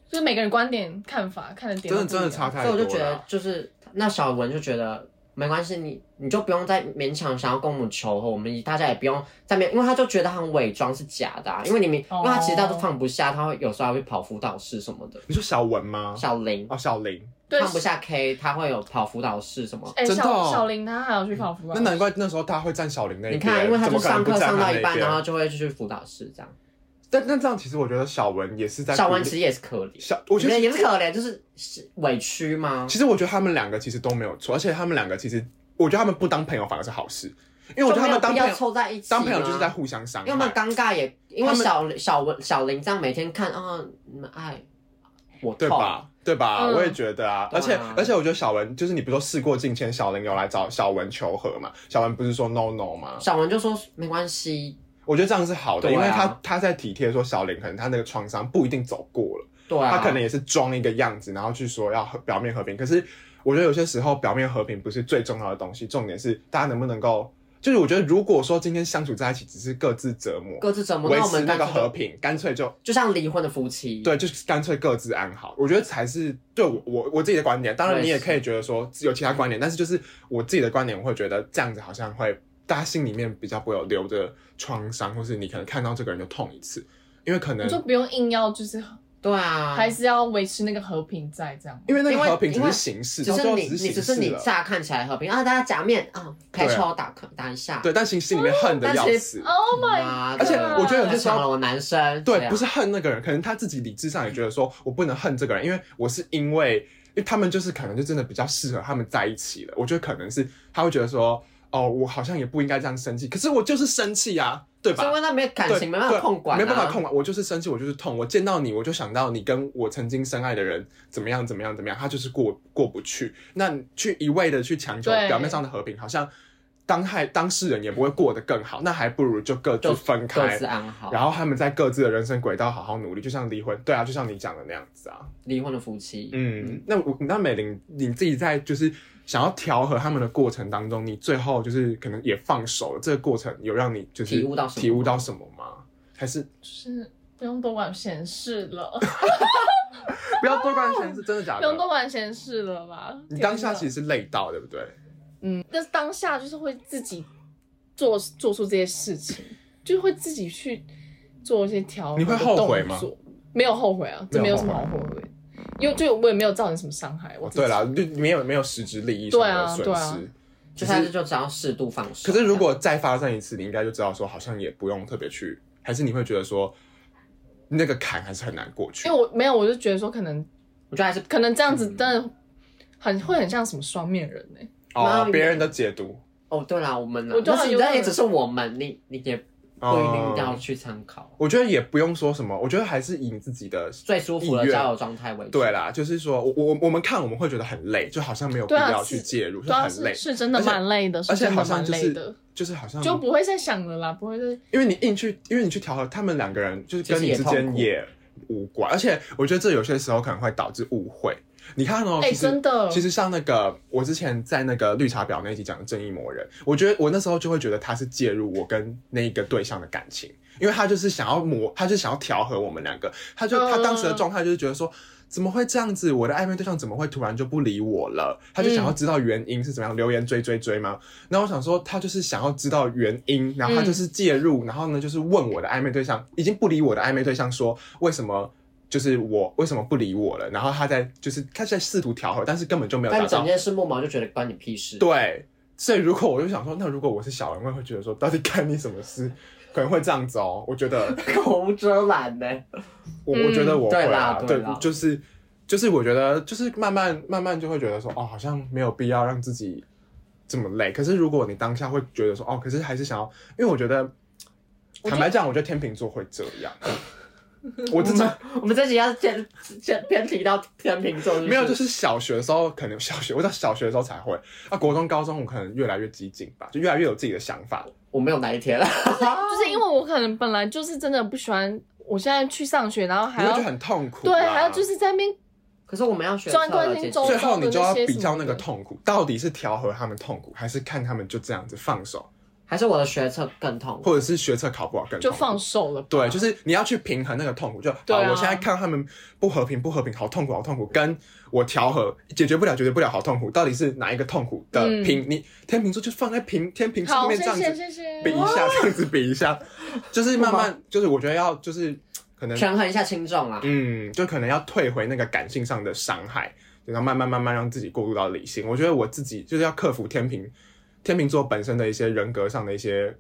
[SPEAKER 2] 就是每个人观点看法看的点
[SPEAKER 4] 真的
[SPEAKER 2] 都不一
[SPEAKER 4] 真
[SPEAKER 2] 样
[SPEAKER 4] 的差太
[SPEAKER 1] 所
[SPEAKER 4] 多了。啊
[SPEAKER 1] 以我就觉得就是那小文就觉得没关系，你你就不用再勉强想要跟我们求和，我们大家也不用再面，因为他就觉得他很伪装是假的、啊，因为你们，因
[SPEAKER 2] 哦
[SPEAKER 1] 为他其实他都放不下，他会有时候还会跑辅导室什么的。
[SPEAKER 4] 你说小文吗？
[SPEAKER 1] 小林
[SPEAKER 4] 哦，小林，
[SPEAKER 2] 对
[SPEAKER 1] 放不。下 K，他会有跑辅导室什么。
[SPEAKER 2] 哎，
[SPEAKER 4] 真的哦
[SPEAKER 2] 小小林他还要去跑服啊
[SPEAKER 4] 那？难怪那时候他会站小林那一
[SPEAKER 1] 你
[SPEAKER 4] 边，
[SPEAKER 1] 看，因为他
[SPEAKER 4] 怎
[SPEAKER 1] 就
[SPEAKER 4] 么可
[SPEAKER 1] 上
[SPEAKER 4] 能不
[SPEAKER 1] 课
[SPEAKER 4] 站
[SPEAKER 1] 上
[SPEAKER 4] 他
[SPEAKER 1] 到
[SPEAKER 4] 那
[SPEAKER 1] 一半，
[SPEAKER 4] 边
[SPEAKER 1] 然后就会去辅导室这样。
[SPEAKER 4] 但那这样其实我觉得小文也是在
[SPEAKER 1] 小
[SPEAKER 4] 鼓
[SPEAKER 1] 文
[SPEAKER 4] 励
[SPEAKER 1] 其实也是可怜，
[SPEAKER 4] 小，我觉得
[SPEAKER 1] 也是可怜，就是是委屈吗？
[SPEAKER 4] 其实我觉得他们两个其实都没有错，而且他们两个其实，我觉得他们不当朋友反而是好事，因为我觉哦得他们
[SPEAKER 1] 就
[SPEAKER 4] 当
[SPEAKER 1] 没有必
[SPEAKER 4] 朋
[SPEAKER 1] 要
[SPEAKER 4] 友
[SPEAKER 1] 凑在一起啊，
[SPEAKER 4] 当朋友就是在互相伤
[SPEAKER 1] 要么
[SPEAKER 4] 害。
[SPEAKER 1] 尴尬也，因为
[SPEAKER 4] 他们
[SPEAKER 1] 小小文小林这样每天看啊，你们爱我
[SPEAKER 4] 对
[SPEAKER 1] 痛
[SPEAKER 4] 吧？？对吧？
[SPEAKER 2] 嗯
[SPEAKER 4] 我也觉得啊，
[SPEAKER 1] 对
[SPEAKER 4] 而
[SPEAKER 1] 啊
[SPEAKER 4] 且而且，我觉得小文就是你不是说事过境迁，小林有来找小文求和嘛？小文不是说 no no 吗？
[SPEAKER 1] 小文就说没关系，
[SPEAKER 4] 我觉得这样是好的，
[SPEAKER 1] 对啊
[SPEAKER 4] 因为他他在体贴说小林可能他那个创伤不一定走过了，
[SPEAKER 1] 对啊，
[SPEAKER 4] 他可能也是装一个样子，然后去说要和表面和平。可是我觉得有些时候表面和平不是最重要的东西，重点是大家能不能够，就是我觉得如果说今天相处在一起只是各自折磨，
[SPEAKER 1] 各自折磨，
[SPEAKER 4] 维
[SPEAKER 1] 那我
[SPEAKER 4] 持
[SPEAKER 1] 们
[SPEAKER 4] 那
[SPEAKER 1] 干
[SPEAKER 4] 个
[SPEAKER 1] 脆就
[SPEAKER 4] 和，平，干脆就
[SPEAKER 1] 就像离婚的夫妻，，
[SPEAKER 4] 对，就是干脆各自安好。我觉得才是对我我我自己的观点。当
[SPEAKER 1] 我
[SPEAKER 4] 然
[SPEAKER 1] 也
[SPEAKER 4] 你也
[SPEAKER 1] 是
[SPEAKER 4] 可以觉得说有其他观点，但是就是我自己的观点，我会觉得这样子好像会大家心里面比较不会有留着创伤，或是你可能看到这个人就痛一次，因为可能
[SPEAKER 2] 你就不用硬要，就是
[SPEAKER 1] 对啊，
[SPEAKER 2] 还是要维持那个和平在这样。
[SPEAKER 4] 因为那个
[SPEAKER 1] 因为
[SPEAKER 4] 和平只
[SPEAKER 1] 因为
[SPEAKER 4] 是形式，
[SPEAKER 1] 只
[SPEAKER 4] 到
[SPEAKER 1] 是
[SPEAKER 4] 最后
[SPEAKER 1] 你
[SPEAKER 4] 是
[SPEAKER 1] 你
[SPEAKER 4] 形
[SPEAKER 1] 只
[SPEAKER 4] 式
[SPEAKER 1] 是你
[SPEAKER 4] 了。
[SPEAKER 1] 乍看起来和平啊，大家假面啊，开
[SPEAKER 4] 对啊
[SPEAKER 1] 抽打打一下，
[SPEAKER 4] 对，但其实心里面恨的
[SPEAKER 1] 哦但
[SPEAKER 4] 要
[SPEAKER 1] 其实
[SPEAKER 4] 死。
[SPEAKER 2] Oh my，
[SPEAKER 1] 妈的，
[SPEAKER 4] 而且我觉得有些时候
[SPEAKER 1] 抢了我男生，啊这
[SPEAKER 4] 对，
[SPEAKER 1] 样
[SPEAKER 4] 不是恨那个人，可能他自己理智上也觉得说，我不能恨这个人，因为我是因为，因为他们就是可能就真的比较适合他们在一起了。我觉得可能是他会觉得说，哦，我好像也不应该这样生气，可是我就是生气啊，对
[SPEAKER 1] 是因
[SPEAKER 4] 吧？
[SPEAKER 1] 为那没有感
[SPEAKER 4] 对
[SPEAKER 1] 情，没办法
[SPEAKER 4] 对
[SPEAKER 1] 控管，啊
[SPEAKER 4] 没办法控。管，我就是生气，我就是痛，我见到你，我就想到你跟我曾经深爱的人怎么样怎么样怎么样，他就是过过不去。那你去一味的去强求
[SPEAKER 2] 对
[SPEAKER 4] 表面上的和平，好像当害当事人也不会过得更好，那还不如就各自
[SPEAKER 1] 就
[SPEAKER 4] 分
[SPEAKER 1] 各
[SPEAKER 4] 开
[SPEAKER 1] 自，安好，
[SPEAKER 4] 然后他们在各自的人生轨道好好努力，就像离婚，对啊，就像你讲的那样子啊。
[SPEAKER 1] 离婚的夫妻，
[SPEAKER 4] 嗯，那我那美玲，你自己在就是想要调和他们的过程当中，你最后就是可能也放手了，这个过程有让你就是
[SPEAKER 1] 体悟到什么
[SPEAKER 4] 体悟到什么吗？还是
[SPEAKER 2] 就是不用多管闲事 了，
[SPEAKER 4] 不要多管闲事，真的假
[SPEAKER 2] 不用多
[SPEAKER 4] 的？
[SPEAKER 2] 管闲事了吧？
[SPEAKER 4] 你当下
[SPEAKER 2] 天哪
[SPEAKER 4] 其实是累到，对不对？
[SPEAKER 2] 嗯，但是当下就是会自己做做出这些事情，就会自己去做一些调
[SPEAKER 4] 你
[SPEAKER 2] 和
[SPEAKER 4] 会
[SPEAKER 2] 的动
[SPEAKER 4] 后
[SPEAKER 2] 作。
[SPEAKER 4] 悔吗
[SPEAKER 2] 没有后悔啊，这
[SPEAKER 4] 没
[SPEAKER 2] 没
[SPEAKER 4] 有后
[SPEAKER 2] 有
[SPEAKER 4] 哦
[SPEAKER 2] 什么好后悔的，因为就我也没有造成什么伤害。我自己
[SPEAKER 4] 对啦，就没有没有实质利益上
[SPEAKER 2] 对
[SPEAKER 4] 的
[SPEAKER 2] 啊
[SPEAKER 4] 损
[SPEAKER 2] 对啊
[SPEAKER 4] 失。
[SPEAKER 1] 就但是就只要适度放手。
[SPEAKER 4] 可是如果再发生一次，你应该就知道说，好像也不用特别去，还是你会觉得说，那个坎还是很难过去
[SPEAKER 2] 因为。我没有，我就觉得说可能
[SPEAKER 1] 我觉得还是
[SPEAKER 2] 可能这样
[SPEAKER 4] 嗯
[SPEAKER 2] 子，真的很会很像什么双面人欸呢、
[SPEAKER 1] 哪
[SPEAKER 4] 哦，
[SPEAKER 1] 里
[SPEAKER 4] 别人的解读，
[SPEAKER 1] 哦，对啦，我们呢
[SPEAKER 2] 我，就
[SPEAKER 1] 但
[SPEAKER 2] 很
[SPEAKER 1] 是
[SPEAKER 2] 有
[SPEAKER 1] 但
[SPEAKER 2] 可
[SPEAKER 1] 也
[SPEAKER 2] 能
[SPEAKER 1] 只是我们，你你也不一
[SPEAKER 4] 哦
[SPEAKER 1] 定要去参考。啊
[SPEAKER 4] 我觉得也不用说什么，我觉得还是以你自己的。
[SPEAKER 1] 最舒服
[SPEAKER 4] 意
[SPEAKER 1] 的
[SPEAKER 4] 愿
[SPEAKER 1] 交友状态为主。
[SPEAKER 4] 对啦，就是说，我我我们看我们会觉得很累，就好像没有必
[SPEAKER 2] 对啊
[SPEAKER 4] 要
[SPEAKER 2] 是
[SPEAKER 4] 去介入，就
[SPEAKER 2] 对啊，
[SPEAKER 4] 很累
[SPEAKER 2] 是，是真的蛮累的，
[SPEAKER 4] 而
[SPEAKER 2] 是
[SPEAKER 4] 且
[SPEAKER 2] 真
[SPEAKER 4] 好
[SPEAKER 2] 的
[SPEAKER 4] 像
[SPEAKER 2] 蛮
[SPEAKER 4] 就
[SPEAKER 2] 累
[SPEAKER 4] 是
[SPEAKER 2] 的，
[SPEAKER 4] 就是好像
[SPEAKER 2] 就不会再想了啦，不会再
[SPEAKER 4] 因为你硬去，因为你去调和他们两个人，就是跟你之
[SPEAKER 1] 其实也痛
[SPEAKER 4] 间
[SPEAKER 1] 苦
[SPEAKER 4] 也无关。而且我觉得这有些时候可能会导致误会。你看哦，
[SPEAKER 2] 哎
[SPEAKER 4] 其实
[SPEAKER 2] 真的
[SPEAKER 4] 其实像那个我之前在那个绿茶婊那一集讲的正义魔人，我觉得我那时候就会觉得他是介入我跟那一个对象的感情，因为他就是想要磨，他就想要调和我们两个，他就
[SPEAKER 2] 嗯
[SPEAKER 4] 他当时的状态就是觉得说。怎么会这样子？我的暧昧对象怎么会突然就不理我了？他就想
[SPEAKER 2] 嗯
[SPEAKER 4] 要知道原因是怎么样，留言追追追吗？那我想说，他就是想要知道原因，然后
[SPEAKER 1] 嗯
[SPEAKER 4] 他就是介入，然后呢就是问我的暧昧对象，已经不理我的暧昧对象说为什么。就是我为什么不理我了？然后他在就是他在试图调和，但是根本就没有达
[SPEAKER 1] 但整
[SPEAKER 4] 到。
[SPEAKER 1] 件事木毛就觉得关你屁 事。，
[SPEAKER 4] 对，所以如果我就想说，那如果我是小人，我会觉得说，到底干你什么事？可能会这样子哦。我觉得
[SPEAKER 1] 口无遮拦呢。
[SPEAKER 4] 我、
[SPEAKER 2] 嗯
[SPEAKER 4] 我觉得我会啊，
[SPEAKER 1] 对啦
[SPEAKER 4] 对，
[SPEAKER 1] 对啦
[SPEAKER 4] 就是就是我觉得就是慢慢慢慢就会觉得说，哦，好像没有必要让自己这么累。可是如果你当下会觉得说，哦，可是还是想要，因为我觉得坦白讲，我觉得天秤座会这样。我真的
[SPEAKER 1] 我们这集要先先偏提到天秤座，
[SPEAKER 4] 没有，就是小学的时候可能小学，我到小学的时候才会啊，国中、高中我可能越来越激进吧，就越来越有自己的想法。
[SPEAKER 1] 我没有那一天了。
[SPEAKER 2] 就是因为我可能本来就是真的不喜欢，我现在去上学，然后还
[SPEAKER 4] 你会觉
[SPEAKER 2] 要
[SPEAKER 4] 得很痛苦
[SPEAKER 2] 对，
[SPEAKER 4] 啦，
[SPEAKER 2] 还要就是在那边
[SPEAKER 1] 可是我们要学
[SPEAKER 2] 专
[SPEAKER 1] 策
[SPEAKER 2] 关
[SPEAKER 1] 了
[SPEAKER 2] 心
[SPEAKER 1] 解
[SPEAKER 2] 周
[SPEAKER 4] 最
[SPEAKER 1] 决
[SPEAKER 4] 后你就要
[SPEAKER 2] 遭的那些
[SPEAKER 4] 比较
[SPEAKER 2] 什
[SPEAKER 4] 那
[SPEAKER 2] 么
[SPEAKER 4] 个
[SPEAKER 2] 的
[SPEAKER 4] 痛苦，到底是调和他们痛苦，还是看他们就这样子放手，
[SPEAKER 1] 还是我的学测更痛苦。
[SPEAKER 4] 或者是学测考不好更
[SPEAKER 2] 就
[SPEAKER 4] 痛苦
[SPEAKER 2] 放手了吧。
[SPEAKER 4] 对，就是你要去平衡那个痛苦，就
[SPEAKER 2] 对啊
[SPEAKER 4] 好我现在看他们不和平，不和平，好痛苦，好痛苦，跟我调和，解决不了，解决不了，好痛苦，到底是哪一个痛苦的
[SPEAKER 2] 嗯
[SPEAKER 4] 平？你天平座就放在平天平上
[SPEAKER 2] 好，
[SPEAKER 4] 面
[SPEAKER 2] 谢
[SPEAKER 4] 这样
[SPEAKER 2] 谢
[SPEAKER 4] 子
[SPEAKER 2] 谢
[SPEAKER 4] 比
[SPEAKER 2] 谢。
[SPEAKER 4] 一下，这样子比一下，就是慢慢，就是我觉得要就是可能
[SPEAKER 1] 权衡一下轻重啊，
[SPEAKER 4] 嗯，就可能要退回那个感性上的伤害，然后慢慢慢慢让自己过渡到理性。我觉得我自己就是要克服天平天秤座本身的一些人格上的一些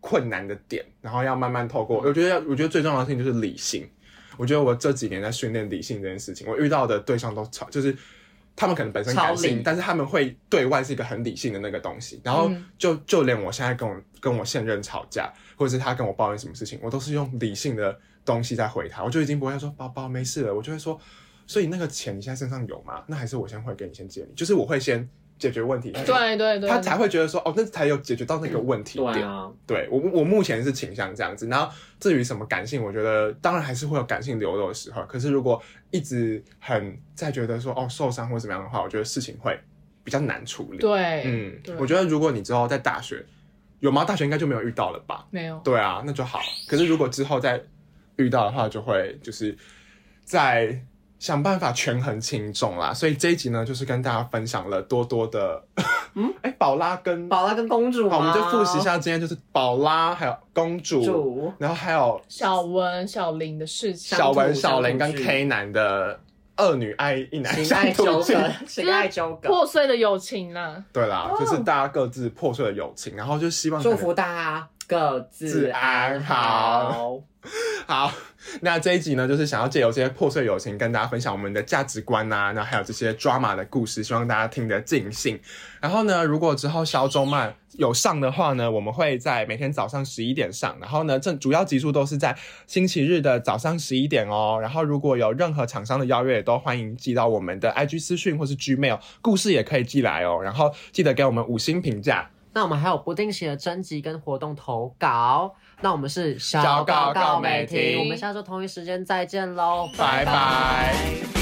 [SPEAKER 4] 困难的点，然后要慢慢透过。我觉得要，我觉得最重要的事情就是理性。我觉得我这几年在训练理性这件事情，我遇到的对象都超就是。他们可能本身感
[SPEAKER 1] 超
[SPEAKER 4] 性
[SPEAKER 1] 理，
[SPEAKER 4] 但是他们会对外是一个很理性的那个东西。然后
[SPEAKER 2] 嗯
[SPEAKER 4] 就就连我现在跟我跟我现任吵架，或者是他跟我抱怨什么事情，我都是用理性的东西在回他，我就已经不会说宝宝没事了，我就会说，所以那个钱你现在身上有吗？那还是我先汇给你，先借你，就是我会先解决问题，
[SPEAKER 2] 对啊对对，
[SPEAKER 4] 他才会觉得说哦，那才有解决到那个问题
[SPEAKER 1] 对
[SPEAKER 4] 点。
[SPEAKER 1] 啊，
[SPEAKER 4] 对我我目前是倾向这样子。然后至于什么感性，我觉得当然还是会有感性流露的时候。可是如果一直很在觉得说哦受伤或怎么样的话，我觉得事情会比较难处理。，
[SPEAKER 2] 对，
[SPEAKER 4] 嗯
[SPEAKER 2] 对，
[SPEAKER 4] 我觉得如果你之后在大学有吗？大学应该就没有遇到了吧？
[SPEAKER 2] 没有。
[SPEAKER 4] 对啊，那就好。可是如果之后再遇到的话，就会就是再想办法权衡轻重啦。所以这一集呢，就是跟大家分享了多多的，嗯， 哎，宝拉跟
[SPEAKER 1] 宝拉跟公主吗，
[SPEAKER 4] 好，我们就复习一下今天就是宝拉，还有公主，
[SPEAKER 1] 主。
[SPEAKER 4] 然后还有
[SPEAKER 2] 小文、小林的事情，
[SPEAKER 4] 小文、
[SPEAKER 1] 相
[SPEAKER 4] 小
[SPEAKER 1] 处
[SPEAKER 4] 林跟
[SPEAKER 1] 相处
[SPEAKER 4] K 男的二女爱一男
[SPEAKER 1] 情
[SPEAKER 4] 相
[SPEAKER 1] 爱纠
[SPEAKER 4] 处记。
[SPEAKER 1] 葛，情爱纠葛，
[SPEAKER 2] 破碎的友情啦。
[SPEAKER 4] 对啦，就是大家各自破碎了友情，然后就希望可
[SPEAKER 1] 哦祝
[SPEAKER 4] 能
[SPEAKER 1] 福大家各自安
[SPEAKER 4] 自安
[SPEAKER 1] 好。
[SPEAKER 4] 好，那这一集呢，就是想要借由这些破碎友情，跟大家分享我们的价值观呐、然后还有这些 drama 的故事，希望大家听得尽兴。然后呢，如果之后肖周曼有上的话呢，我们会在每天早上十一点上。然后呢，正主要集数都是在星期日的早上十一点哦。然后如果有任何厂商的邀约，也都欢迎寄到我们的 IG 私讯或是 Gmail，故事也可以寄来哦。然后记得给我们五星评价。
[SPEAKER 1] 那我们还有不定期的征集跟活动投稿。那我们是
[SPEAKER 4] 小告
[SPEAKER 1] 小告
[SPEAKER 4] 告
[SPEAKER 1] 告
[SPEAKER 4] 美
[SPEAKER 1] 美
[SPEAKER 4] 婷
[SPEAKER 1] 婷，我们下周同一时间再见喽，
[SPEAKER 4] 拜拜